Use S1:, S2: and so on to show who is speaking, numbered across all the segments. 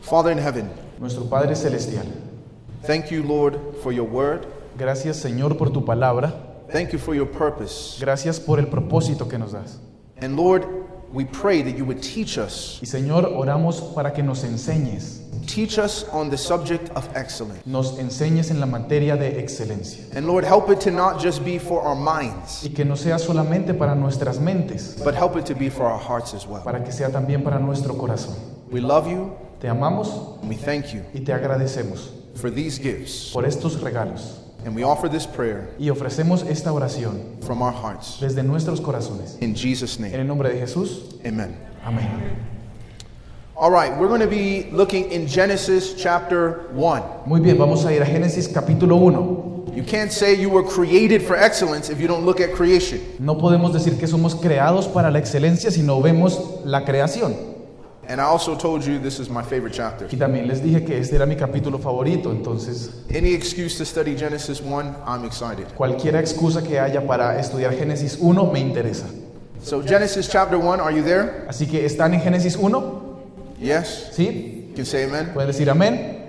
S1: Father in heaven,
S2: Nuestro Padre Celestial,
S1: thank you, Lord, for your word.
S2: gracias Señor por tu palabra,
S1: Thank you for your purpose.
S2: gracias por el propósito que nos das.
S1: And Lord, we pray that you would teach us.
S2: Y Señor, oramos para que nos enseñes,
S1: Teach us on the subject of excellence.
S2: nos enseñes en la materia de excelencia.
S1: And Lord, help it to not just be for our minds,
S2: Y que no sea solamente para nuestras mentes,
S1: but help it to be for our hearts as well.
S2: para que sea también para nuestro corazón.
S1: We love you
S2: Te amamos
S1: and we thank you
S2: y te agradecemos
S1: for these gifts.
S2: por estos regalos.
S1: And we offer this prayer
S2: Y ofrecemos esta oración
S1: from our hearts.
S2: desde nuestros corazones.
S1: In Jesus'
S2: En
S1: name,
S2: el nombre de Jesús,
S1: amen.
S2: amén.
S1: All right, we're going to be looking in Genesis chapter 1.
S2: Muy bien, vamos a ir a Génesis capítulo 1.
S1: You can't say you were created for excellence if you don't look at creation.
S2: No podemos decir que somos creados para la excelencia si no vemos la creación.
S1: And I also told you this is my favorite chapter.
S2: Y también les dije que este era mi capítulo favorito, entonces
S1: Any excuse to study Genesis 1, I'm excited.
S2: cualquier excusa que haya para estudiar Génesis 1 me interesa.
S1: So, Genesis chapter 1, are you there?
S2: Así que están en Génesis 1,
S1: Yes?
S2: ¿sí?
S1: You can say amen?
S2: Pueden decir amén.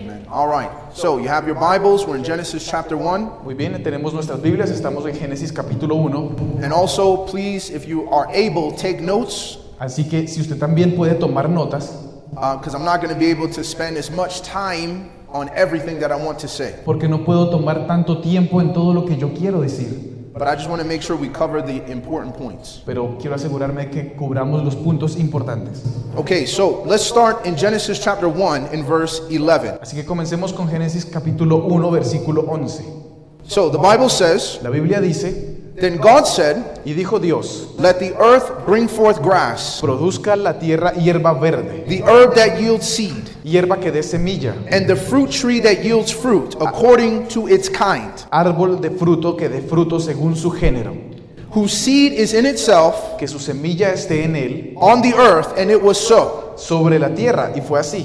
S1: Amen. All right. So, you have your Bibles. We're in Genesis chapter 1.
S2: Muy bien, tenemos nuestras Biblias, estamos en Génesis capítulo 1.
S1: And also, please, if you are able, take notes
S2: Así que si usted también puede tomar notas,
S1: because I'm not going to be able to spend as much time on everything that I want to say.
S2: porque no puedo tomar tanto tiempo en todo lo que yo quiero decir,
S1: But I just want to make sure we cover the important points.
S2: pero quiero asegurarme de que cubramos los puntos importantes.
S1: Okay, so let's start in Genesis chapter 1 in verse 11.
S2: Así que comencemos con Génesis capítulo 1, versículo 11.
S1: So, the Bible says,
S2: La Biblia dice,
S1: Then God said,
S2: y dijo Dios,
S1: Let the earth bring forth grass,
S2: produzca la tierra hierba verde,
S1: the herb that yields seed.
S2: hierba que dé semilla,
S1: and the fruit tree that yields fruit according to its kind,
S2: árbol de fruto que dé fruto según su género,
S1: whose seed is in itself
S2: que su semilla esté en él,
S1: on the earth, and it was so.
S2: sobre la tierra. Y fue así.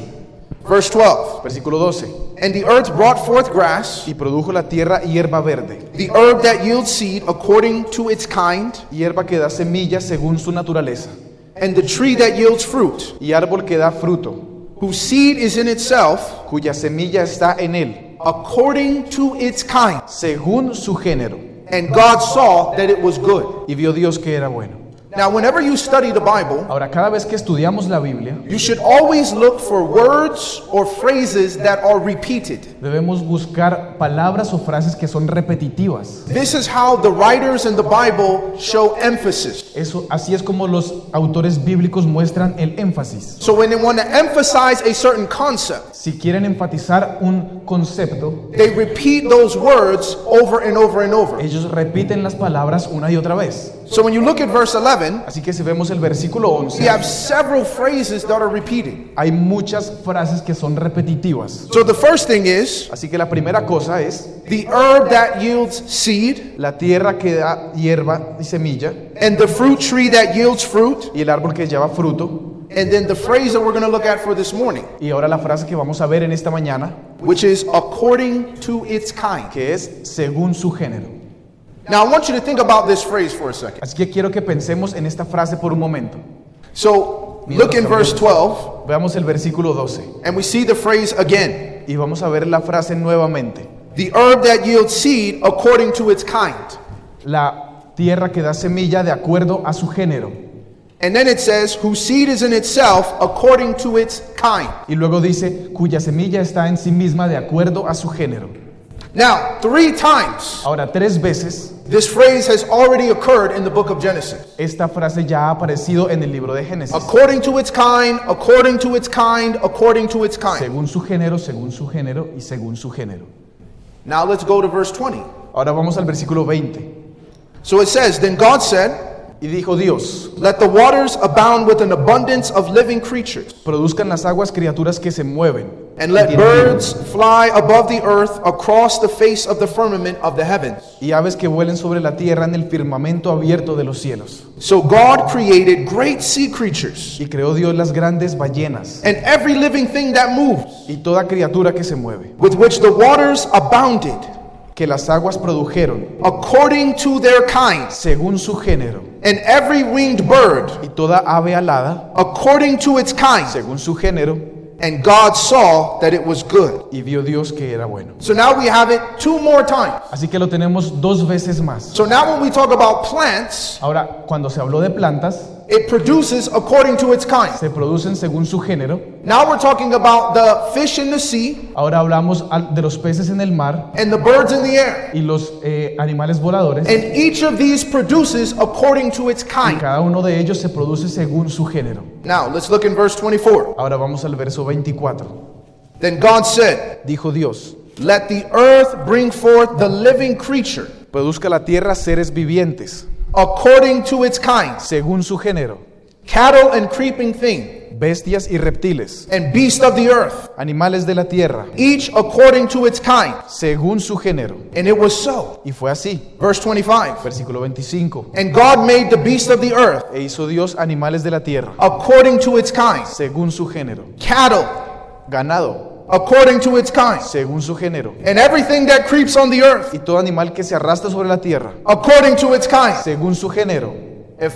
S1: Verse 12
S2: Versículo 12.
S1: And the earth brought forth grass,
S2: Y produjo la tierra hierba verde,
S1: the herb that yields seed according to its kind,
S2: hierba que da semilla según su naturaleza,
S1: and the tree that yields fruit,
S2: y árbol que da fruto,
S1: whose seed is in itself
S2: cuya semilla está en él,
S1: according to its kind.
S2: según su género.
S1: And God saw that it was good.
S2: Y vio Dios que era bueno.
S1: Now, whenever you study the Bible,
S2: Ahora, cada vez que estudiamos la Biblia,
S1: you should always look for words or phrases that are repeated.
S2: Debemos buscar palabras o frases que son repetitivas.
S1: This is how the writers in the Bible show emphasis.
S2: Eso, así es como los autores bíblicos muestran el énfasis.
S1: So when they want to emphasize a certain concept,
S2: Si quieren enfatizar un concepto,
S1: they repeat those words over and over and over.
S2: ellos repiten las palabras una y otra vez.
S1: So when you look at verse 11,
S2: Así que si vemos el versículo
S1: we
S2: 11,
S1: have several phrases that are repeated.
S2: hay muchas frases que son repetitivas.
S1: So the first thing is
S2: Así que la primera cosa es
S1: the herb that yields seed
S2: la tierra que da hierba y semilla
S1: and the fruit tree that yields fruit,
S2: y el árbol que lleva fruto.
S1: and then the phrase that we're going to look at for this morning,
S2: Y ahora la frase que vamos a ver en esta mañana,
S1: which is according to its kind.
S2: que es según su género.
S1: Now I want you to think about this phrase for a second.
S2: Así que quiero que pensemos en esta frase por un momento.
S1: So look in verse 12.
S2: Veamos el versículo 12
S1: And we see the phrase again
S2: y vamos a ver la frase nuevamente.
S1: the herb that yields seed according to its kind.
S2: La tierra que da semilla de acuerdo a su género.
S1: And then it says, whose seed is in itself according to its kind.
S2: Y luego dice, cuya semilla está en sí misma de acuerdo a su género.
S1: Now, three times
S2: Ahora, tres veces
S1: this phrase has already occurred in the book of Genesis.
S2: esta frase ya ha aparecido en el libro de Génesis.
S1: According to its kind, according to its kind, according to its kind.
S2: Según su género, según su género y según su género.
S1: Now let's go to verse 20.
S2: Ahora vamos al versículo 20.
S1: So it says, Then God said,
S2: Y dijo Dios,
S1: Let the waters abound with an abundance of living creatures,
S2: produzcan las aguas criaturas que se mueven.
S1: and let birds fly above the earth across the face of the firmament of the heavens.
S2: y aves que vuelen sobre la tierra en el firmamento abierto de los cielos.
S1: So God created great sea creatures
S2: Y creó Dios las grandes ballenas
S1: and every living thing that moves,
S2: y toda criatura que se mueve,
S1: with which the waters abounded,
S2: que las aguas produjeron,
S1: according to their kinds,
S2: según su género,
S1: and every winged bird,
S2: y toda ave alada,
S1: according to its kind.
S2: según su género,
S1: And God saw that it was good.
S2: y vio Dios que era bueno.
S1: So now we have it two more times.
S2: Así que lo tenemos dos veces más.
S1: So now when we talk about plants,
S2: Ahora, cuando se habló de plantas,
S1: it produces according to its kind.
S2: se producen según su género.
S1: Now we're talking about the fish in the sea
S2: Ahora hablamos al- de los peces en el mar
S1: and the birds in the air.
S2: y los eh, animales voladores.
S1: And each of these produces according to its
S2: Y
S1: kind.
S2: cada uno de ellos se produce según su género.
S1: Now let's look in verse 24.
S2: Ahora vamos al verso 24.
S1: Then God said,
S2: Dijo Dios,
S1: Let the earth bring forth the living creature
S2: produzca la tierra seres vivientes,
S1: according to its kind,
S2: según su género,
S1: cattle and creeping thing,
S2: bestias y reptiles,
S1: and beast of the earth,
S2: animales de la tierra,
S1: each according to its kind.
S2: según su género.
S1: And it was so.
S2: Y fue así.
S1: Verse 25.
S2: Versículo 25.
S1: And God made the beast of the earth
S2: E hizo Dios animales de la tierra,
S1: according to its kind,
S2: según su género,
S1: cattle
S2: ganado,
S1: according to its kind,
S2: según su género,
S1: and everything that creeps on the earth
S2: y todo animal que se arrastra sobre la tierra,
S1: according to its kind.
S2: según su género.
S1: If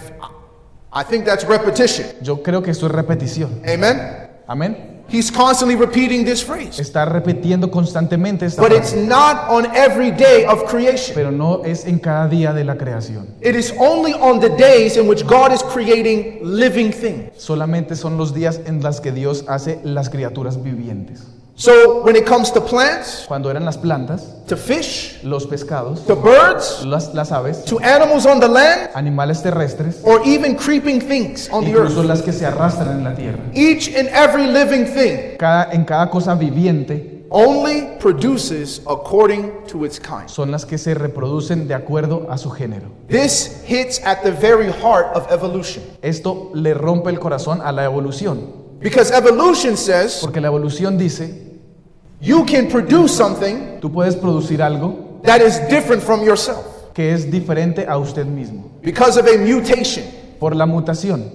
S1: I think that's repetition.
S2: Yo creo que esto es repetición.
S1: Amen.
S2: Amén.
S1: He's constantly repeating this phrase.
S2: Está repitiendo constantemente esta
S1: But
S2: frase,
S1: it's not on every day of creation.
S2: pero no es en cada día de la creación.
S1: It is only on the days in which God is creating living things.
S2: Solamente son los días en los que Dios hace las criaturas vivientes.
S1: So when it comes to plants,
S2: Cuando eran las plantas,
S1: to fish,
S2: los pescados,
S1: to birds,
S2: las, las aves,
S1: to animals on the land,
S2: animales terrestres,
S1: or even creeping things on the
S2: incluso
S1: earth,
S2: las que se arrastran en la tierra.
S1: each and every living thing
S2: Cada, en cada cosa viviente
S1: only produces according to its kind.
S2: son las que se reproducen de acuerdo a su género.
S1: This hits at the very heart of evolution.
S2: Esto le rompe el corazón a la evolución,
S1: Because evolution says
S2: porque la evolución dice,
S1: you can produce something
S2: tú puedes producir algo
S1: that is different from yourself
S2: que es diferente a usted mismo,
S1: because of a mutation.
S2: por la mutación.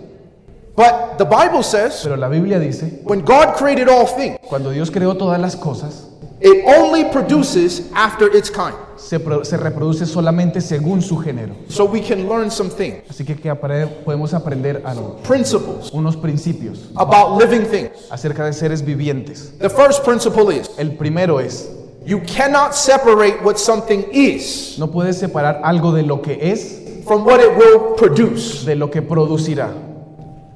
S1: But the Bible says
S2: Pero la Biblia dice,
S1: when God created all things,
S2: cuando Dios creó todas las cosas,
S1: it only produces after its kind.
S2: se, pro- se reproduce solamente según su género.
S1: So we can learn some things,
S2: Así que, que apre- podemos aprender algo,
S1: principles
S2: unos principios
S1: about living things.
S2: acerca de seres vivientes.
S1: The first principle is
S2: El primero es,
S1: you cannot separate what something is
S2: no puedes separar algo de lo que es
S1: from what it will produce.
S2: de lo que producirá.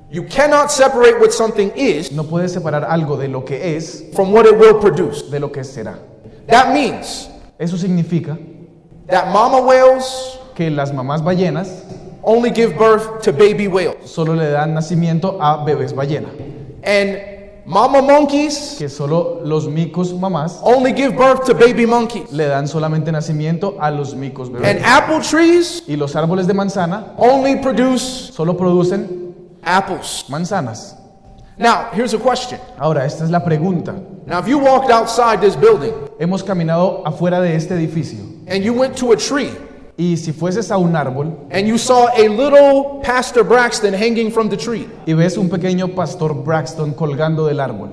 S1: You cannot separate what something is
S2: No puedes separar algo de lo que es
S1: from what it will produce.
S2: de lo que será.
S1: That means
S2: Eso significa
S1: that mama whales
S2: que las mamás ballenas
S1: only give birth to baby whales,
S2: solo le dan nacimiento a bebés ballena,
S1: and mama monkeys
S2: que solo los micos mamás
S1: only give birth to baby monkeys.
S2: le dan solamente nacimiento a los micos
S1: And
S2: bebés.
S1: apple trees
S2: Y los árboles de manzana
S1: only produce
S2: solo producen
S1: apples.
S2: manzanas.
S1: Now, here's a question.
S2: Ahora, esta es la pregunta.
S1: Now, if you walked outside this building
S2: Hemos caminado afuera de este edificio
S1: and you went to a tree
S2: y si fueses a un árbol
S1: and you saw a little Pastor Braxton hanging from the tree,
S2: y ves un pequeño pastor Braxton colgando del árbol,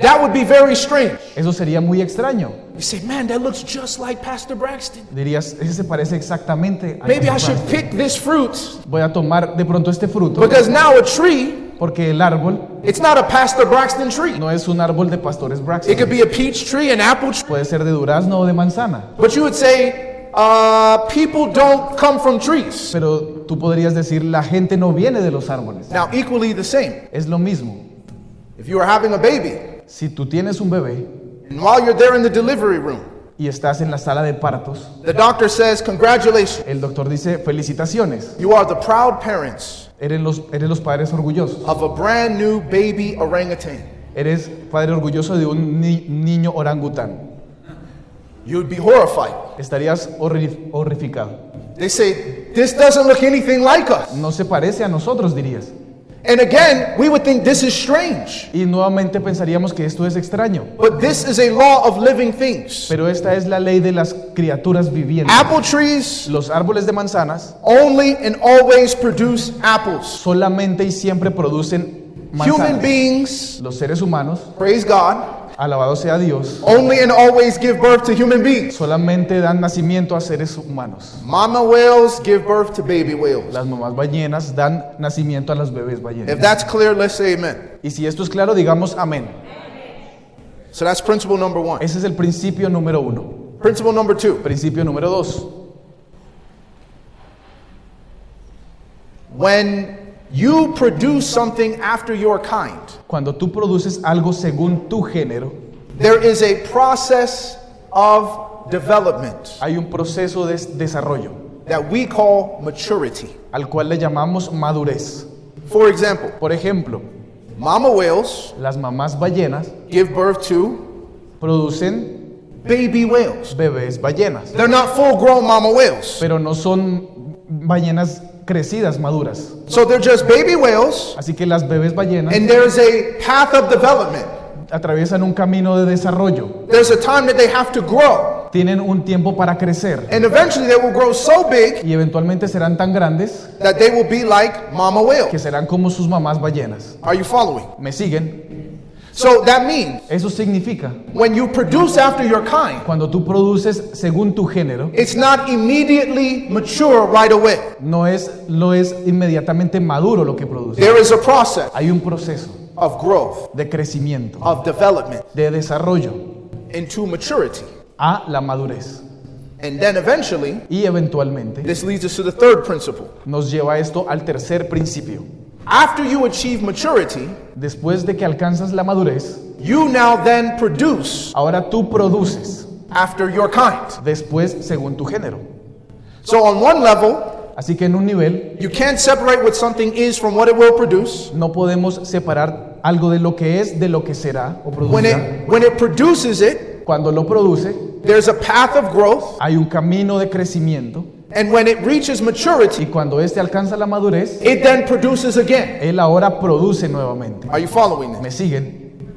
S1: that would be very strange.
S2: eso sería muy extraño.
S1: You say, man, that looks just like Pastor Braxton.
S2: Dirías, ese se parece exactamente a
S1: Maybe I
S2: ese
S1: should
S2: Braxton.
S1: pick this fruit
S2: Voy a tomar de pronto este fruto
S1: because now a tree,
S2: porque el árbol
S1: it's not a Pastor Braxton tree.
S2: no es un árbol de pastores
S1: It could
S2: Braxton.
S1: be a peach tree, an apple tree.
S2: Puede ser de durazno o de manzana.
S1: But you would say, uh, people don't come from trees.
S2: Pero tú podrías decir, la gente no viene de los árboles.
S1: Now, equally the same.
S2: Es lo mismo.
S1: If you are having a baby,
S2: Si tú tienes un bebé
S1: and while you're there in the delivery room,
S2: y estás en la sala de partos,
S1: the doctor says, Congratulations,
S2: el doctor dice, felicitaciones.
S1: you are the proud parents
S2: Eres los, eres los padres orgullosos.
S1: of a brand new baby orangutan.
S2: Eres padre orgulloso de un ni- niño orangután.
S1: You'd be horrified.
S2: Estarías horri- horrificado.
S1: They say, This doesn't look anything like us.
S2: No se parece a nosotros, dirías.
S1: And again, we would think this is strange.
S2: Y nuevamente pensaríamos que esto es extraño.
S1: But this is a law of living things.
S2: Pero esta es la ley de las criaturas vivientes.
S1: Apple trees
S2: Los árboles de manzanas
S1: only and always produce apples.
S2: solamente y siempre producen
S1: Human
S2: manzanas.
S1: beings,
S2: Los seres humanos,
S1: praise God,
S2: alabado sea Dios,
S1: only and always give birth to human beings.
S2: solamente dan nacimiento a seres humanos.
S1: Mama whales give birth to baby whales.
S2: Las mamás ballenas dan nacimiento a las bebés
S1: If
S2: ballenas.
S1: that's clear, let's say amen.
S2: Y si esto es claro, digamos amén.
S1: So that's principle number one.
S2: Ese es el principio número uno.
S1: Principle number two
S2: Principio número dos.
S1: when you produce something after your kind,
S2: Cuando tú produces algo según tu género,
S1: there is a process of development
S2: hay un proceso de desarrollo,
S1: that we call maturity.
S2: al cual le llamamos madurez.
S1: For example,
S2: Por ejemplo,
S1: mama whales
S2: las mamás ballenas
S1: give birth to
S2: producen
S1: baby whales.
S2: bebés ballenas,
S1: They're not full grown mama whales.
S2: pero no son ballenas crecidas, maduras.
S1: So they're just baby whales,
S2: Así que las bebés ballenas
S1: and there's a path of development.
S2: atraviesan un camino de desarrollo,
S1: There's a time that they have to grow,
S2: tienen un tiempo para crecer
S1: and eventually they will grow so big
S2: y eventualmente serán tan grandes
S1: that they will be like mama whale.
S2: que serán como sus mamás ballenas.
S1: Are you following?
S2: ¿Me siguen?
S1: So that means
S2: Eso significa,
S1: when you produce after your kind,
S2: cuando tú produces según tu género,
S1: it's not immediately mature right away.
S2: no es, lo es inmediatamente maduro lo que produce.
S1: There is a process
S2: Hay un proceso
S1: of growth,
S2: de crecimiento,
S1: of development
S2: de desarrollo
S1: into maturity.
S2: a la madurez.
S1: And then eventually,
S2: Y eventualmente
S1: this leads us to the third principle.
S2: nos lleva esto al tercer principio.
S1: After you achieve maturity,
S2: Después de que alcanzas la madurez,
S1: you now then produce
S2: ahora tú produces,
S1: after your kind.
S2: después según tu género.
S1: So, on one level,
S2: Así que en un nivel
S1: you can't separate what something is from what it will produce.
S2: no podemos separar algo de lo que es de lo que será o
S1: When
S2: producirá.
S1: it, when it produces it,
S2: Cuando lo produce,
S1: there's a path of growth.
S2: hay un camino de crecimiento
S1: And when it reaches maturity,
S2: y cuando éste alcanza la madurez,
S1: it then produces again.
S2: él ahora produce nuevamente.
S1: Are you following this?
S2: ¿Me siguen?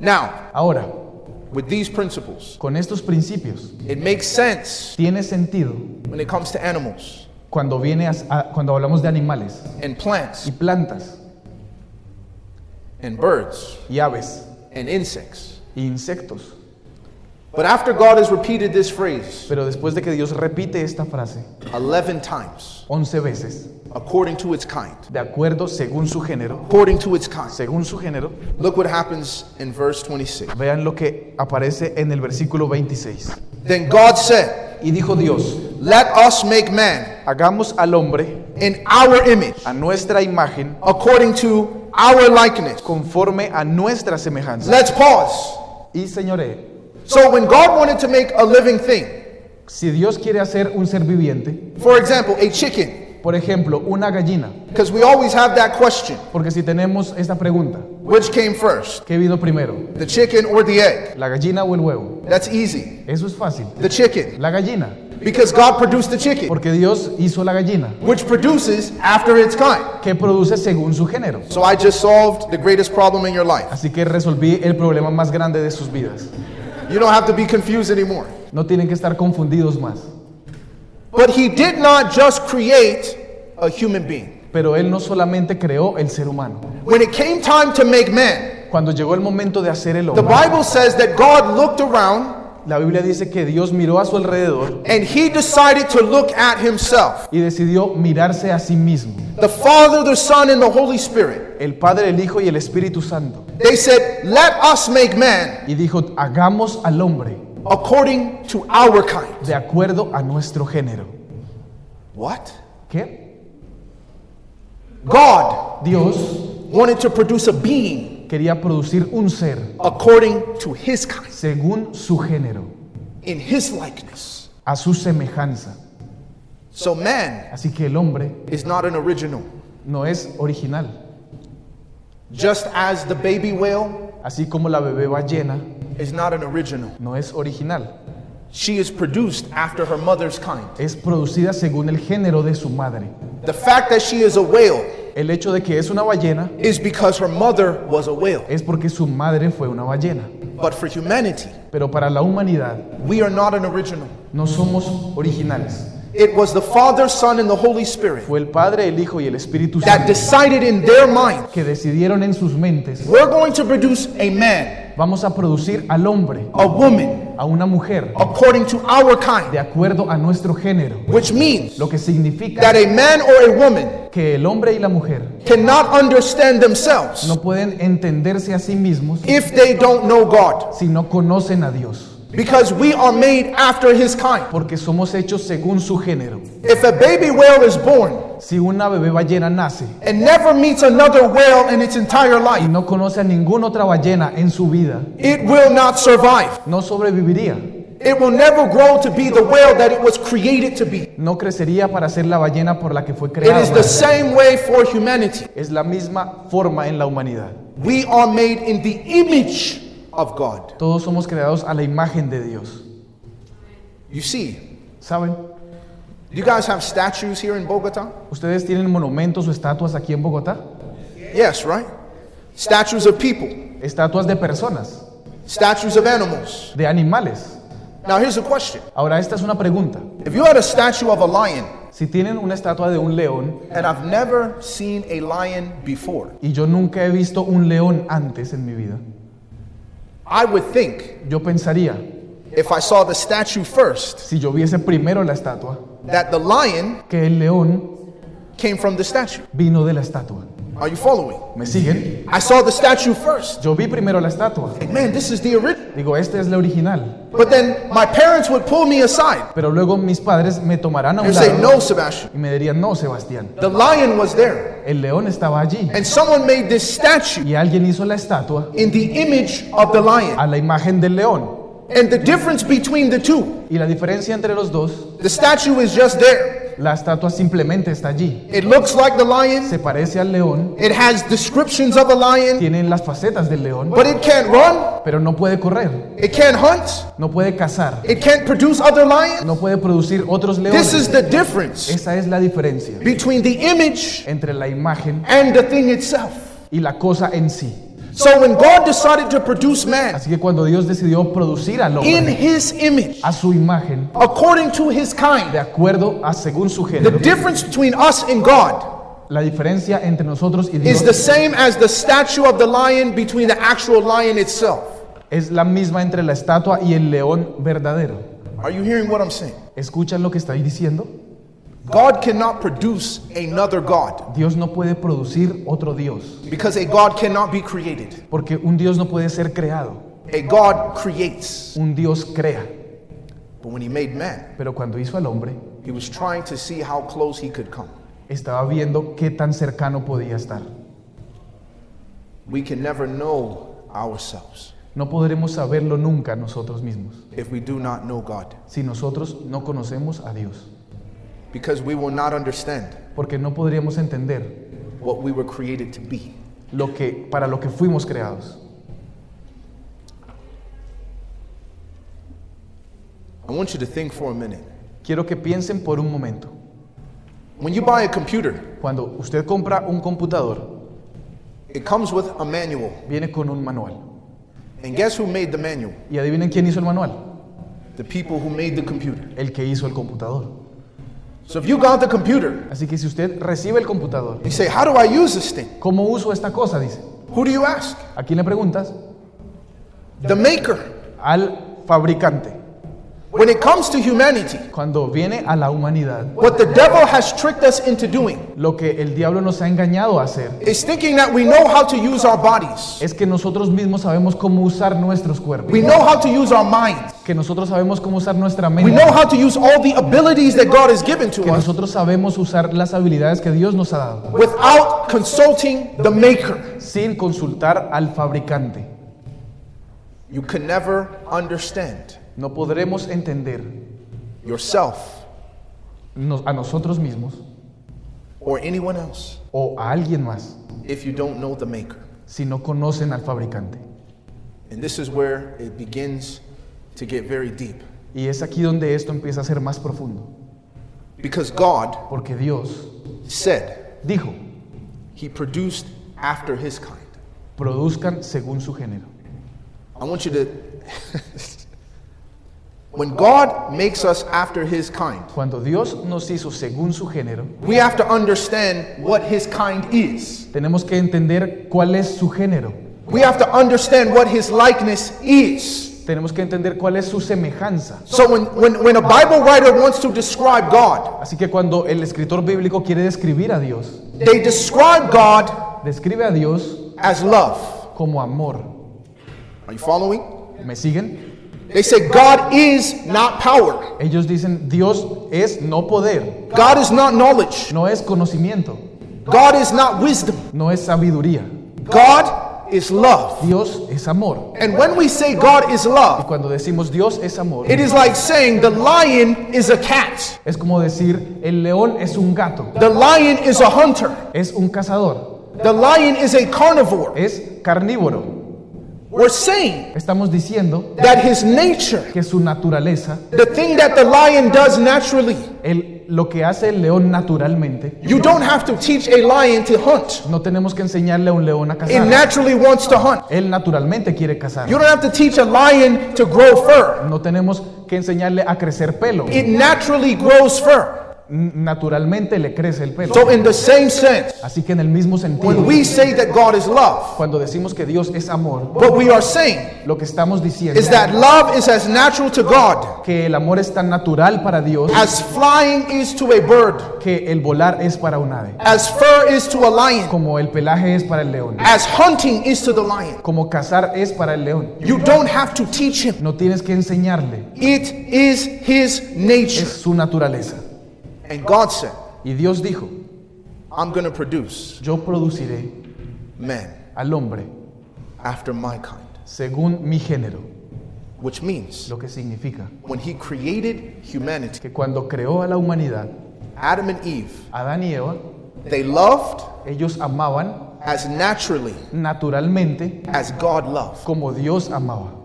S1: Now,
S2: Ahora,
S1: with these principles,
S2: con estos principios,
S1: it makes sense
S2: tiene sentido
S1: when it comes to animals
S2: cuando, viene a- a- cuando hablamos de animales
S1: and plants
S2: y plantas
S1: and birds
S2: y aves
S1: and insects.
S2: e insectos.
S1: But after God has repeated this phrase
S2: Pero después de que Dios repite esta frase
S1: 11 times,
S2: 11 veces,
S1: according to its kind,
S2: de acuerdo según su género,
S1: according to its kind,
S2: según su género,
S1: look what happens in verse 26.
S2: vean lo que aparece en el versículo 26.
S1: Then God said,
S2: Y dijo Dios,
S1: Let us make man
S2: hagamos al hombre
S1: in our image,
S2: a nuestra imagen,
S1: according to our likeness.
S2: conforme a nuestra semejanza.
S1: Let's pause.
S2: Y señoré,
S1: So, when God wanted to make a living thing,
S2: si Dios quiere hacer un ser viviente,
S1: for example, a chicken,
S2: por ejemplo, una gallina,
S1: because we always have that question
S2: porque si tenemos esta pregunta,
S1: which came first,
S2: ¿qué vino primero?
S1: the chicken or the egg?
S2: ¿La gallina o el huevo?
S1: That's easy.
S2: Eso es fácil.
S1: The chicken,
S2: La gallina,
S1: because God produced the chicken,
S2: porque Dios hizo la gallina,
S1: which produces after its kind.
S2: que produce según su género.
S1: So, I just solved the greatest problem in your life.
S2: Así que resolví el problema más grande de sus vidas.
S1: You don't have to be confused anymore.
S2: No tienen que estar confundidos más.
S1: But He did not just create a human being.
S2: Pero Él no solamente creó el ser humano.
S1: When it came time to make man,
S2: Cuando llegó el momento de hacer el
S1: the
S2: hombre,
S1: Bible says that God looked around
S2: la Biblia dice que Dios miró a su alrededor
S1: and he decided to look at himself.
S2: y decidió mirarse a sí mismo.
S1: The Father, the Son, and the Holy Spirit.
S2: El Padre, el Hijo y el Espíritu Santo.
S1: They said, Let us make man
S2: Y dijo, hagamos al hombre
S1: according to our kind.
S2: de acuerdo a nuestro género.
S1: What?
S2: ¿Qué?
S1: God
S2: Dios
S1: wanted to produce a being
S2: quería producir un ser
S1: according to his kind,
S2: según su género,
S1: in his likeness.
S2: a su semejanza.
S1: So man
S2: Así que el hombre
S1: is not an original.
S2: no es original.
S1: Just as the baby whale
S2: Así como la bebé ballena
S1: is not an original.
S2: no es original.
S1: She is produced after her mother's kind.
S2: Es producida según el género de su madre.
S1: The fact that she is a whale
S2: El hecho de que es una ballena
S1: is because her mother was a whale.
S2: es porque su madre fue una ballena.
S1: But for humanity,
S2: Pero para la humanidad
S1: we are not an original.
S2: no somos originales.
S1: It was the Father, Son, and the Holy Spirit
S2: Fue el Padre, el Hijo y el Espíritu
S1: that
S2: Santo
S1: decided in their mind
S2: que decidieron en sus mentes,
S1: we're going to produce a man
S2: Vamos a producir al hombre,
S1: a woman,
S2: a una mujer,
S1: according to our kind,
S2: de acuerdo a nuestro género.
S1: which means
S2: Lo que significa
S1: that a man or a woman
S2: que el hombre y la mujer
S1: cannot understand themselves
S2: no pueden entenderse a sí mismos
S1: if they don't know God,
S2: si no conocen a Dios,
S1: because we are made after His kind.
S2: porque somos hechos según su género.
S1: If a baby whale is born
S2: Si una bebé ballena nace
S1: and never meets another whale in its entire
S2: y
S1: life,
S2: no conoce a ninguna otra ballena en su vida,
S1: it will not survive.
S2: no sobreviviría,
S1: It will never grow to be the whale that it was created to be.
S2: no crecería para ser la ballena por la que fue
S1: It is
S2: creada.
S1: the same way for humanity.
S2: Es la misma forma en la humanidad.
S1: We are made in the image of God.
S2: Todos somos creados a la imagen de Dios.
S1: You see,
S2: ¿Saben?
S1: you guys have statues here in Bogota?
S2: ¿Ustedes tienen monumentos o estatuas aquí en Bogotá?
S1: Yes, right? Statues of people,
S2: Estatuas de personas,
S1: statues of animals.
S2: de animales.
S1: Now, here's a question
S2: Ahora esta es una pregunta.
S1: If you had a statue of a lion,
S2: Si tienen una estatua de un león
S1: and I've never seen a lion before,
S2: y yo nunca he visto un león antes en mi vida,
S1: I would think
S2: yo pensaría,
S1: if I saw the statue first
S2: si yo viese primero la estatua,
S1: that the lion
S2: que el león
S1: came from the statue.
S2: vino de la estatua.
S1: Are you following?
S2: ¿Me siguen?
S1: I saw the statue first.
S2: Yo vi primero la estatua.
S1: Like, man, this is the original.
S2: Digo, esta es la original.
S1: But then my parents would pull me aside
S2: Pero luego mis padres me tomarán a
S1: and
S2: un
S1: say,
S2: lado
S1: No, Sebastian,
S2: y me dirían, no, Sebastián,
S1: the lion was there.
S2: el león estaba allí.
S1: And someone made this statue
S2: Y alguien hizo la estatua
S1: in the image of the lion.
S2: a la imagen del león.
S1: And the difference between the two,
S2: Y la diferencia entre los dos,
S1: the statue is just there.
S2: la estatua simplemente está allí.
S1: It looks like the lion,
S2: Se parece al león,
S1: it has descriptions of a lion,
S2: tienen las facetas del león,
S1: but it can't run,
S2: pero no puede correr,
S1: it can't hunt,
S2: no puede cazar,
S1: it can't produce other lions.
S2: no puede producir otros
S1: This is
S2: leones.
S1: the difference
S2: Esa es la diferencia
S1: between the image
S2: entre la imagen
S1: and the thing itself.
S2: y la cosa en sí.
S1: So when God decided to produce man
S2: Así que cuando Dios decidió producir al
S1: in
S2: hombre
S1: his image,
S2: a su imagen,
S1: according to his
S2: de
S1: kind,
S2: acuerdo a según su
S1: the
S2: género,
S1: difference between us and God
S2: la diferencia entre nosotros y
S1: is the
S2: Dios
S1: same as the statue of the lion between the actual lion itself.
S2: es la misma entre la estatua y el león verdadero.
S1: Are you hearing what I'm saying?
S2: ¿Escuchan lo que estoy diciendo?
S1: God cannot produce another God
S2: Dios no puede producir otro Dios,
S1: because a God cannot be created.
S2: porque un Dios no puede ser creado,
S1: A God creates.
S2: un Dios crea.
S1: But when he made man,
S2: Pero cuando hizo al hombre,
S1: he was trying to see how close he could come.
S2: estaba viendo qué tan cercano podía estar.
S1: We can never know ourselves
S2: No podremos saberlo nunca nosotros mismos,
S1: if we do not know God
S2: si nosotros no conocemos a Dios,
S1: because we will not understand
S2: porque no podríamos entender
S1: what we were created to be.
S2: lo que, para lo que fuimos creados.
S1: I want you to think for a minute.
S2: Quiero que piensen por un momento.
S1: When you buy a computer,
S2: Cuando usted compra un computador,
S1: it comes with a manual.
S2: viene con un manual.
S1: And guess who made the manual?
S2: Y adivinen quién hizo el manual,
S1: The people who made the computer.
S2: el que hizo el computador.
S1: So if you got the computer,
S2: Así que si usted recibe el computador,
S1: you say, How do I use this thing?
S2: ¿cómo uso esta cosa? Dice.
S1: Who do you ask?
S2: ¿A quién le preguntas?
S1: The maker.
S2: Al fabricante.
S1: When it comes to humanity,
S2: Cuando viene a la humanidad,
S1: what the devil has tricked us into doing
S2: Lo que el diablo nos ha engañado a hacer
S1: is thinking that we know how to use our bodies,
S2: es que nosotros mismos sabemos cómo usar nuestros cuerpos,
S1: we know how to use our minds,
S2: que nosotros sabemos cómo usar nuestra
S1: we
S2: mente,
S1: know how to use all the abilities that God has given to
S2: que
S1: us
S2: nosotros sabemos usar las habilidades que Dios nos ha dado,
S1: without consulting the maker.
S2: sin consultar al fabricante.
S1: You can never understand
S2: No podremos entender
S1: yourself
S2: nos- a nosotros mismos
S1: or anyone else
S2: o a alguien más
S1: if you don't know the maker.
S2: si no conocen al fabricante.
S1: And this is where it begins to get very deep
S2: Y es aquí donde esto empieza a ser más profundo,
S1: because God
S2: porque Dios
S1: said,
S2: dijo,
S1: He produced after his kind.
S2: produzcan según su género.
S1: I want you to. when God makes us after his kind,
S2: Cuando Dios nos hizo según su género,
S1: we have to understand what his kind is.
S2: Tenemos que entender cuál es su género.
S1: We have to understand what his likeness is.
S2: Tenemos que entender cuál es su semejanza.
S1: So when, when, when a Bible writer wants to describe God,
S2: Así que cuando el escritor bíblico quiere describir a Dios,
S1: they describe God
S2: describe a Dios
S1: as love.
S2: como amor.
S1: Are you following?
S2: ¿Me siguen?
S1: They say God is not power.
S2: Ellos dicen, Dios es no poder,
S1: God is not knowledge.
S2: no es conocimiento,
S1: God is not wisdom.
S2: no es sabiduría.
S1: God is love.
S2: Dios es amor.
S1: And when we say God is
S2: Y
S1: love,
S2: cuando decimos Dios es amor,
S1: it is like saying the lion is a cat.
S2: es como decir el león es un gato,
S1: The lion is a hunter.
S2: es un cazador,
S1: The lion is a carnivore.
S2: es carnívoro.
S1: We're saying
S2: Estamos diciendo
S1: that his nature,
S2: que su naturaleza,
S1: the thing that the lion does naturally,
S2: el- lo que hace el león naturalmente,
S1: you don't have to teach a lion to hunt.
S2: no tenemos que enseñarle a un león a
S1: It
S2: cazar.
S1: naturally wants to hunt.
S2: Él naturalmente quiere cazar.
S1: You don't have to teach a lion to grow fur.
S2: No tenemos que enseñarle a crecer pelo.
S1: It naturally grows fur.
S2: N- Naturalmente le crece el pelo.
S1: So, in the same sense,
S2: Así que en el mismo sentido,
S1: when we say that God is love,
S2: cuando decimos que Dios es amor,
S1: what we are saying
S2: lo que estamos diciendo
S1: is that love is as natural to God
S2: que el amor es tan natural para Dios
S1: as flying is to a bird,
S2: que el volar es para un ave,
S1: as fur is to a lion,
S2: como el pelaje es para el león,
S1: as hunting is to the lion.
S2: como cazar es para el león.
S1: You don't have to teach him.
S2: No tienes que enseñarle,
S1: It is his nature.
S2: es su naturaleza.
S1: And God said,
S2: Y Dios dijo,
S1: I'm going to produce
S2: yo produciré
S1: man
S2: al hombre
S1: after my kind,
S2: según mi género,
S1: which means
S2: lo que significa
S1: when he created humanity,
S2: que cuando creó a la humanidad,
S1: Adam and Eve,
S2: Adán y Eva,
S1: they loved
S2: ellos amaban
S1: as naturally
S2: naturalmente
S1: as God loved.
S2: como Dios amaba.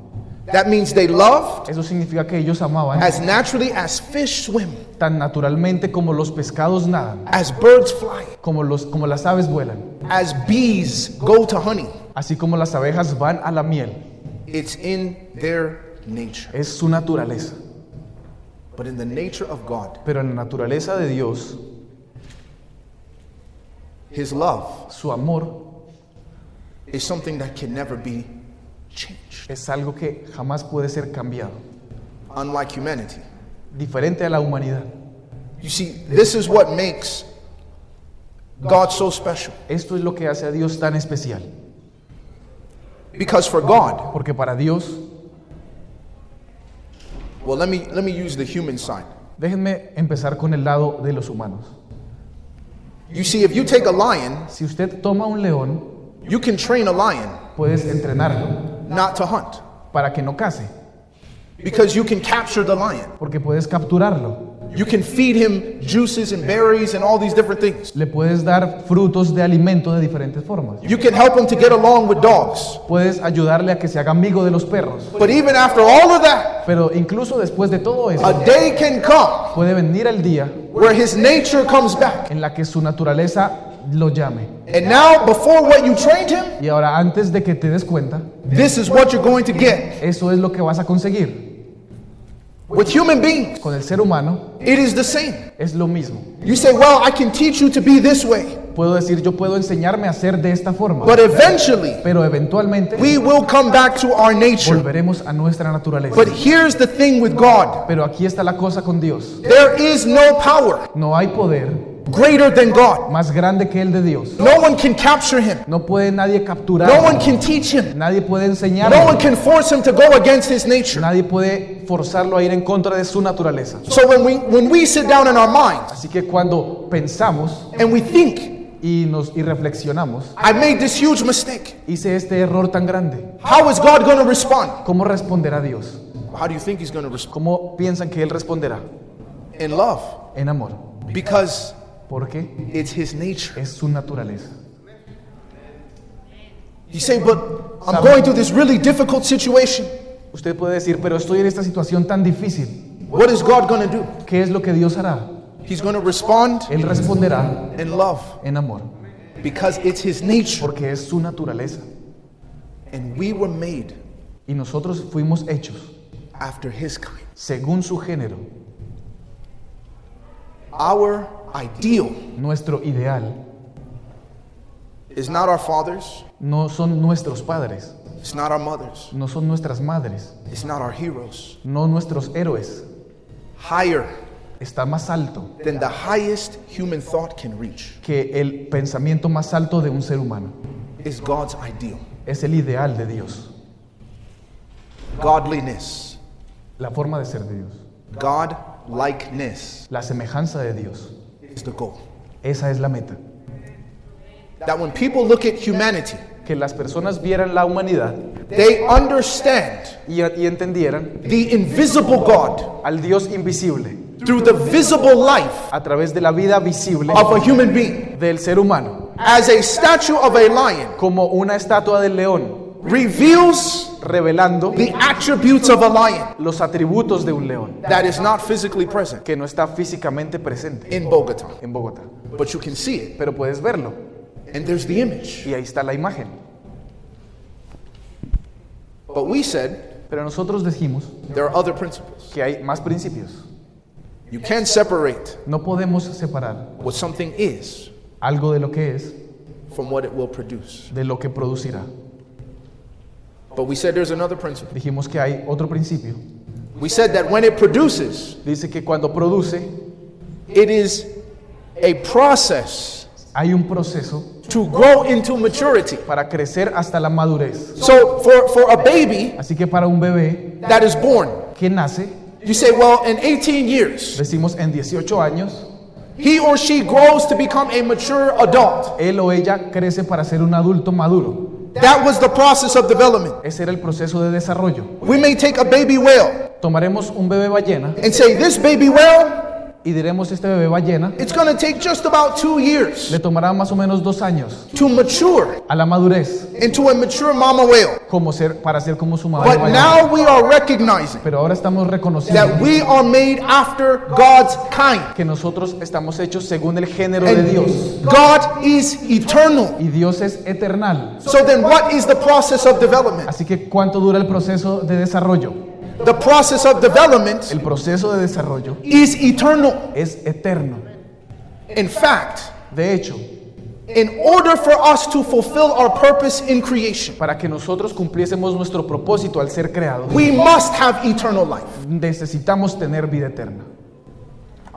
S1: That means they loved
S2: Eso significa que ellos amaban
S1: as naturally as fish swim,
S2: tan naturalmente como los pescados nadan,
S1: as birds fly,
S2: como, los, como las aves vuelan,
S1: as bees go to honey.
S2: así como las abejas van a la miel.
S1: It's in their nature.
S2: Es su naturaleza.
S1: But in the nature of God,
S2: Pero en la naturaleza de Dios,
S1: His love
S2: su amor
S1: is something that can never be changed.
S2: es algo que jamás puede ser cambiado,
S1: Unlike humanity.
S2: diferente a la humanidad.
S1: You see, this is what makes God so special.
S2: Esto es lo que hace a Dios tan especial,
S1: Because for God,
S2: porque para Dios,
S1: well, let me, let me use the human side.
S2: déjenme empezar con el lado de los humanos.
S1: You see, if you take a lion,
S2: Si usted toma un león,
S1: you can train a lion
S2: puedes entrenarlo
S1: not to hunt
S2: para que no case,
S1: because you can capture the lion.
S2: porque puedes capturarlo,
S1: You can feed him juices and berries and all these different things.
S2: le puedes dar frutos de alimento de diferentes formas,
S1: You can help him to get along with dogs.
S2: puedes ayudarle a que se haga amigo de los perros,
S1: But even after all of that,
S2: pero incluso después de todo eso,
S1: a day can come
S2: puede venir el día
S1: where his nature comes back.
S2: en la que su naturaleza lo llame.
S1: And now, before what you trained him,
S2: Y ahora antes de que te des cuenta,
S1: this is what you're going to get.
S2: eso es lo que vas a conseguir.
S1: With human beings,
S2: Con el ser humano
S1: it is the same.
S2: es lo mismo.
S1: You say, Well, I can teach you to be this way.
S2: Puedo decir, yo puedo enseñarme a hacer de esta forma,
S1: But eventually,
S2: pero eventualmente
S1: we will come back to our nature.
S2: volveremos a nuestra naturaleza.
S1: But here's the thing with God
S2: Pero aquí está la cosa con Dios.
S1: there is no power
S2: No hay poder
S1: greater than God.
S2: más grande que el de Dios.
S1: No one can capture him,
S2: No puede nadie
S1: no one
S2: capturar,
S1: can teach him.
S2: nadie puede
S1: No one
S2: enseñarlo,
S1: can force him to go against his nature.
S2: nadie puede forzarlo a ir en contra de su naturaleza.
S1: So when we when we sit down in our minds
S2: Así que cuando pensamos
S1: and we think,
S2: y nos y reflexionamos,
S1: I made this huge mistake.
S2: hice este error tan grande.
S1: How is God going to respond?
S2: ¿Cómo responderá Dios?
S1: How do you think he's going to respond?
S2: ¿Cómo piensan que él responderá?
S1: In love,
S2: En amor,
S1: because
S2: porque
S1: it's his nature.
S2: es su naturaleza.
S1: You say, but I'm going through this really difficult situation.
S2: Usted puede decir, pero estoy en esta situación tan difícil.
S1: What is God going to do?
S2: ¿Qué es lo que Dios hará?
S1: He's going to respond
S2: Él responderá
S1: in love
S2: en amor,
S1: because it's his nature.
S2: porque es su naturaleza.
S1: And we were made
S2: Y nosotros fuimos hechos
S1: after his kind.
S2: según su género.
S1: Our ideal
S2: Nuestro ideal
S1: is not our father's,
S2: no son nuestros padres,
S1: It's not our mothers.
S2: no son nuestras madres,
S1: It's not our heroes.
S2: no nuestros héroes.
S1: Higher
S2: Está más alto
S1: than the highest human thought can reach
S2: que el pensamiento más alto de un ser humano.
S1: is God's ideal.
S2: Es el ideal de Dios,
S1: Godliness,
S2: la forma de ser de Dios,
S1: God likeness
S2: la semejanza de Dios.
S1: is the goal.
S2: Esa es la meta.
S1: That when people look at humanity,
S2: Que las personas vieran la humanidad
S1: they understand
S2: y, y entendieran
S1: the invisible God
S2: al Dios invisible
S1: through the visible life
S2: a través de la vida visible
S1: of a human being.
S2: del ser humano,
S1: As a statue of a lion
S2: como una estatua del león,
S1: reveals
S2: revelando
S1: the attributes of a lion
S2: los atributos de un león
S1: that is not physically present
S2: que no está físicamente presente
S1: in Bogota,
S2: en Bogotá,
S1: but you can see it.
S2: pero puedes verlo
S1: And there's the image.
S2: y ahí está la imagen.
S1: But we said
S2: Pero nosotros dijimos
S1: there are other principles.
S2: que hay más principios.
S1: You can separate
S2: No podemos separar
S1: what something is
S2: algo de lo que es
S1: from what it will produce.
S2: de lo que producirá.
S1: But we said there's another principle.
S2: Dijimos que hay otro principio.
S1: We said that when it produces,
S2: Dice que cuando produce
S1: it is a process
S2: hay un proceso
S1: to grow into maturity.
S2: para crecer hasta la madurez.
S1: So for, for a baby
S2: Así que para un bebé
S1: that is born,
S2: que nace,
S1: you say, well, in 18 years,
S2: decimos en 18 años,
S1: he or she grows to become a mature adult.
S2: él o ella crece para ser un adulto maduro.
S1: That was the process of development.
S2: Ese era el proceso de desarrollo.
S1: We may take a baby whale
S2: Tomaremos un bebé ballena
S1: and say, this baby whale,
S2: y diremos este bebé ballena
S1: it's going to take just about two years
S2: le tomará más o menos dos años
S1: to mature
S2: a la madurez
S1: into a mature mama whale.
S2: como ser, para ser como su madre.
S1: But
S2: ballena.
S1: now we are recognizing
S2: Pero ahora estamos reconociendo
S1: that we are made after God's kind.
S2: que nosotros estamos hechos según el género de
S1: And
S2: Dios.
S1: God is eternal.
S2: Y Dios es eternal.
S1: So then, what is the process of development?
S2: Así que, ¿cuánto dura el proceso de desarrollo?
S1: The process of development
S2: El proceso de desarrollo
S1: is eternal.
S2: es eterno.
S1: In fact,
S2: De hecho,
S1: in order for us to fulfill our purpose in creation,
S2: para que nosotros cumpliésemos nuestro propósito al ser creados,
S1: we must have eternal life.
S2: necesitamos tener vida eterna.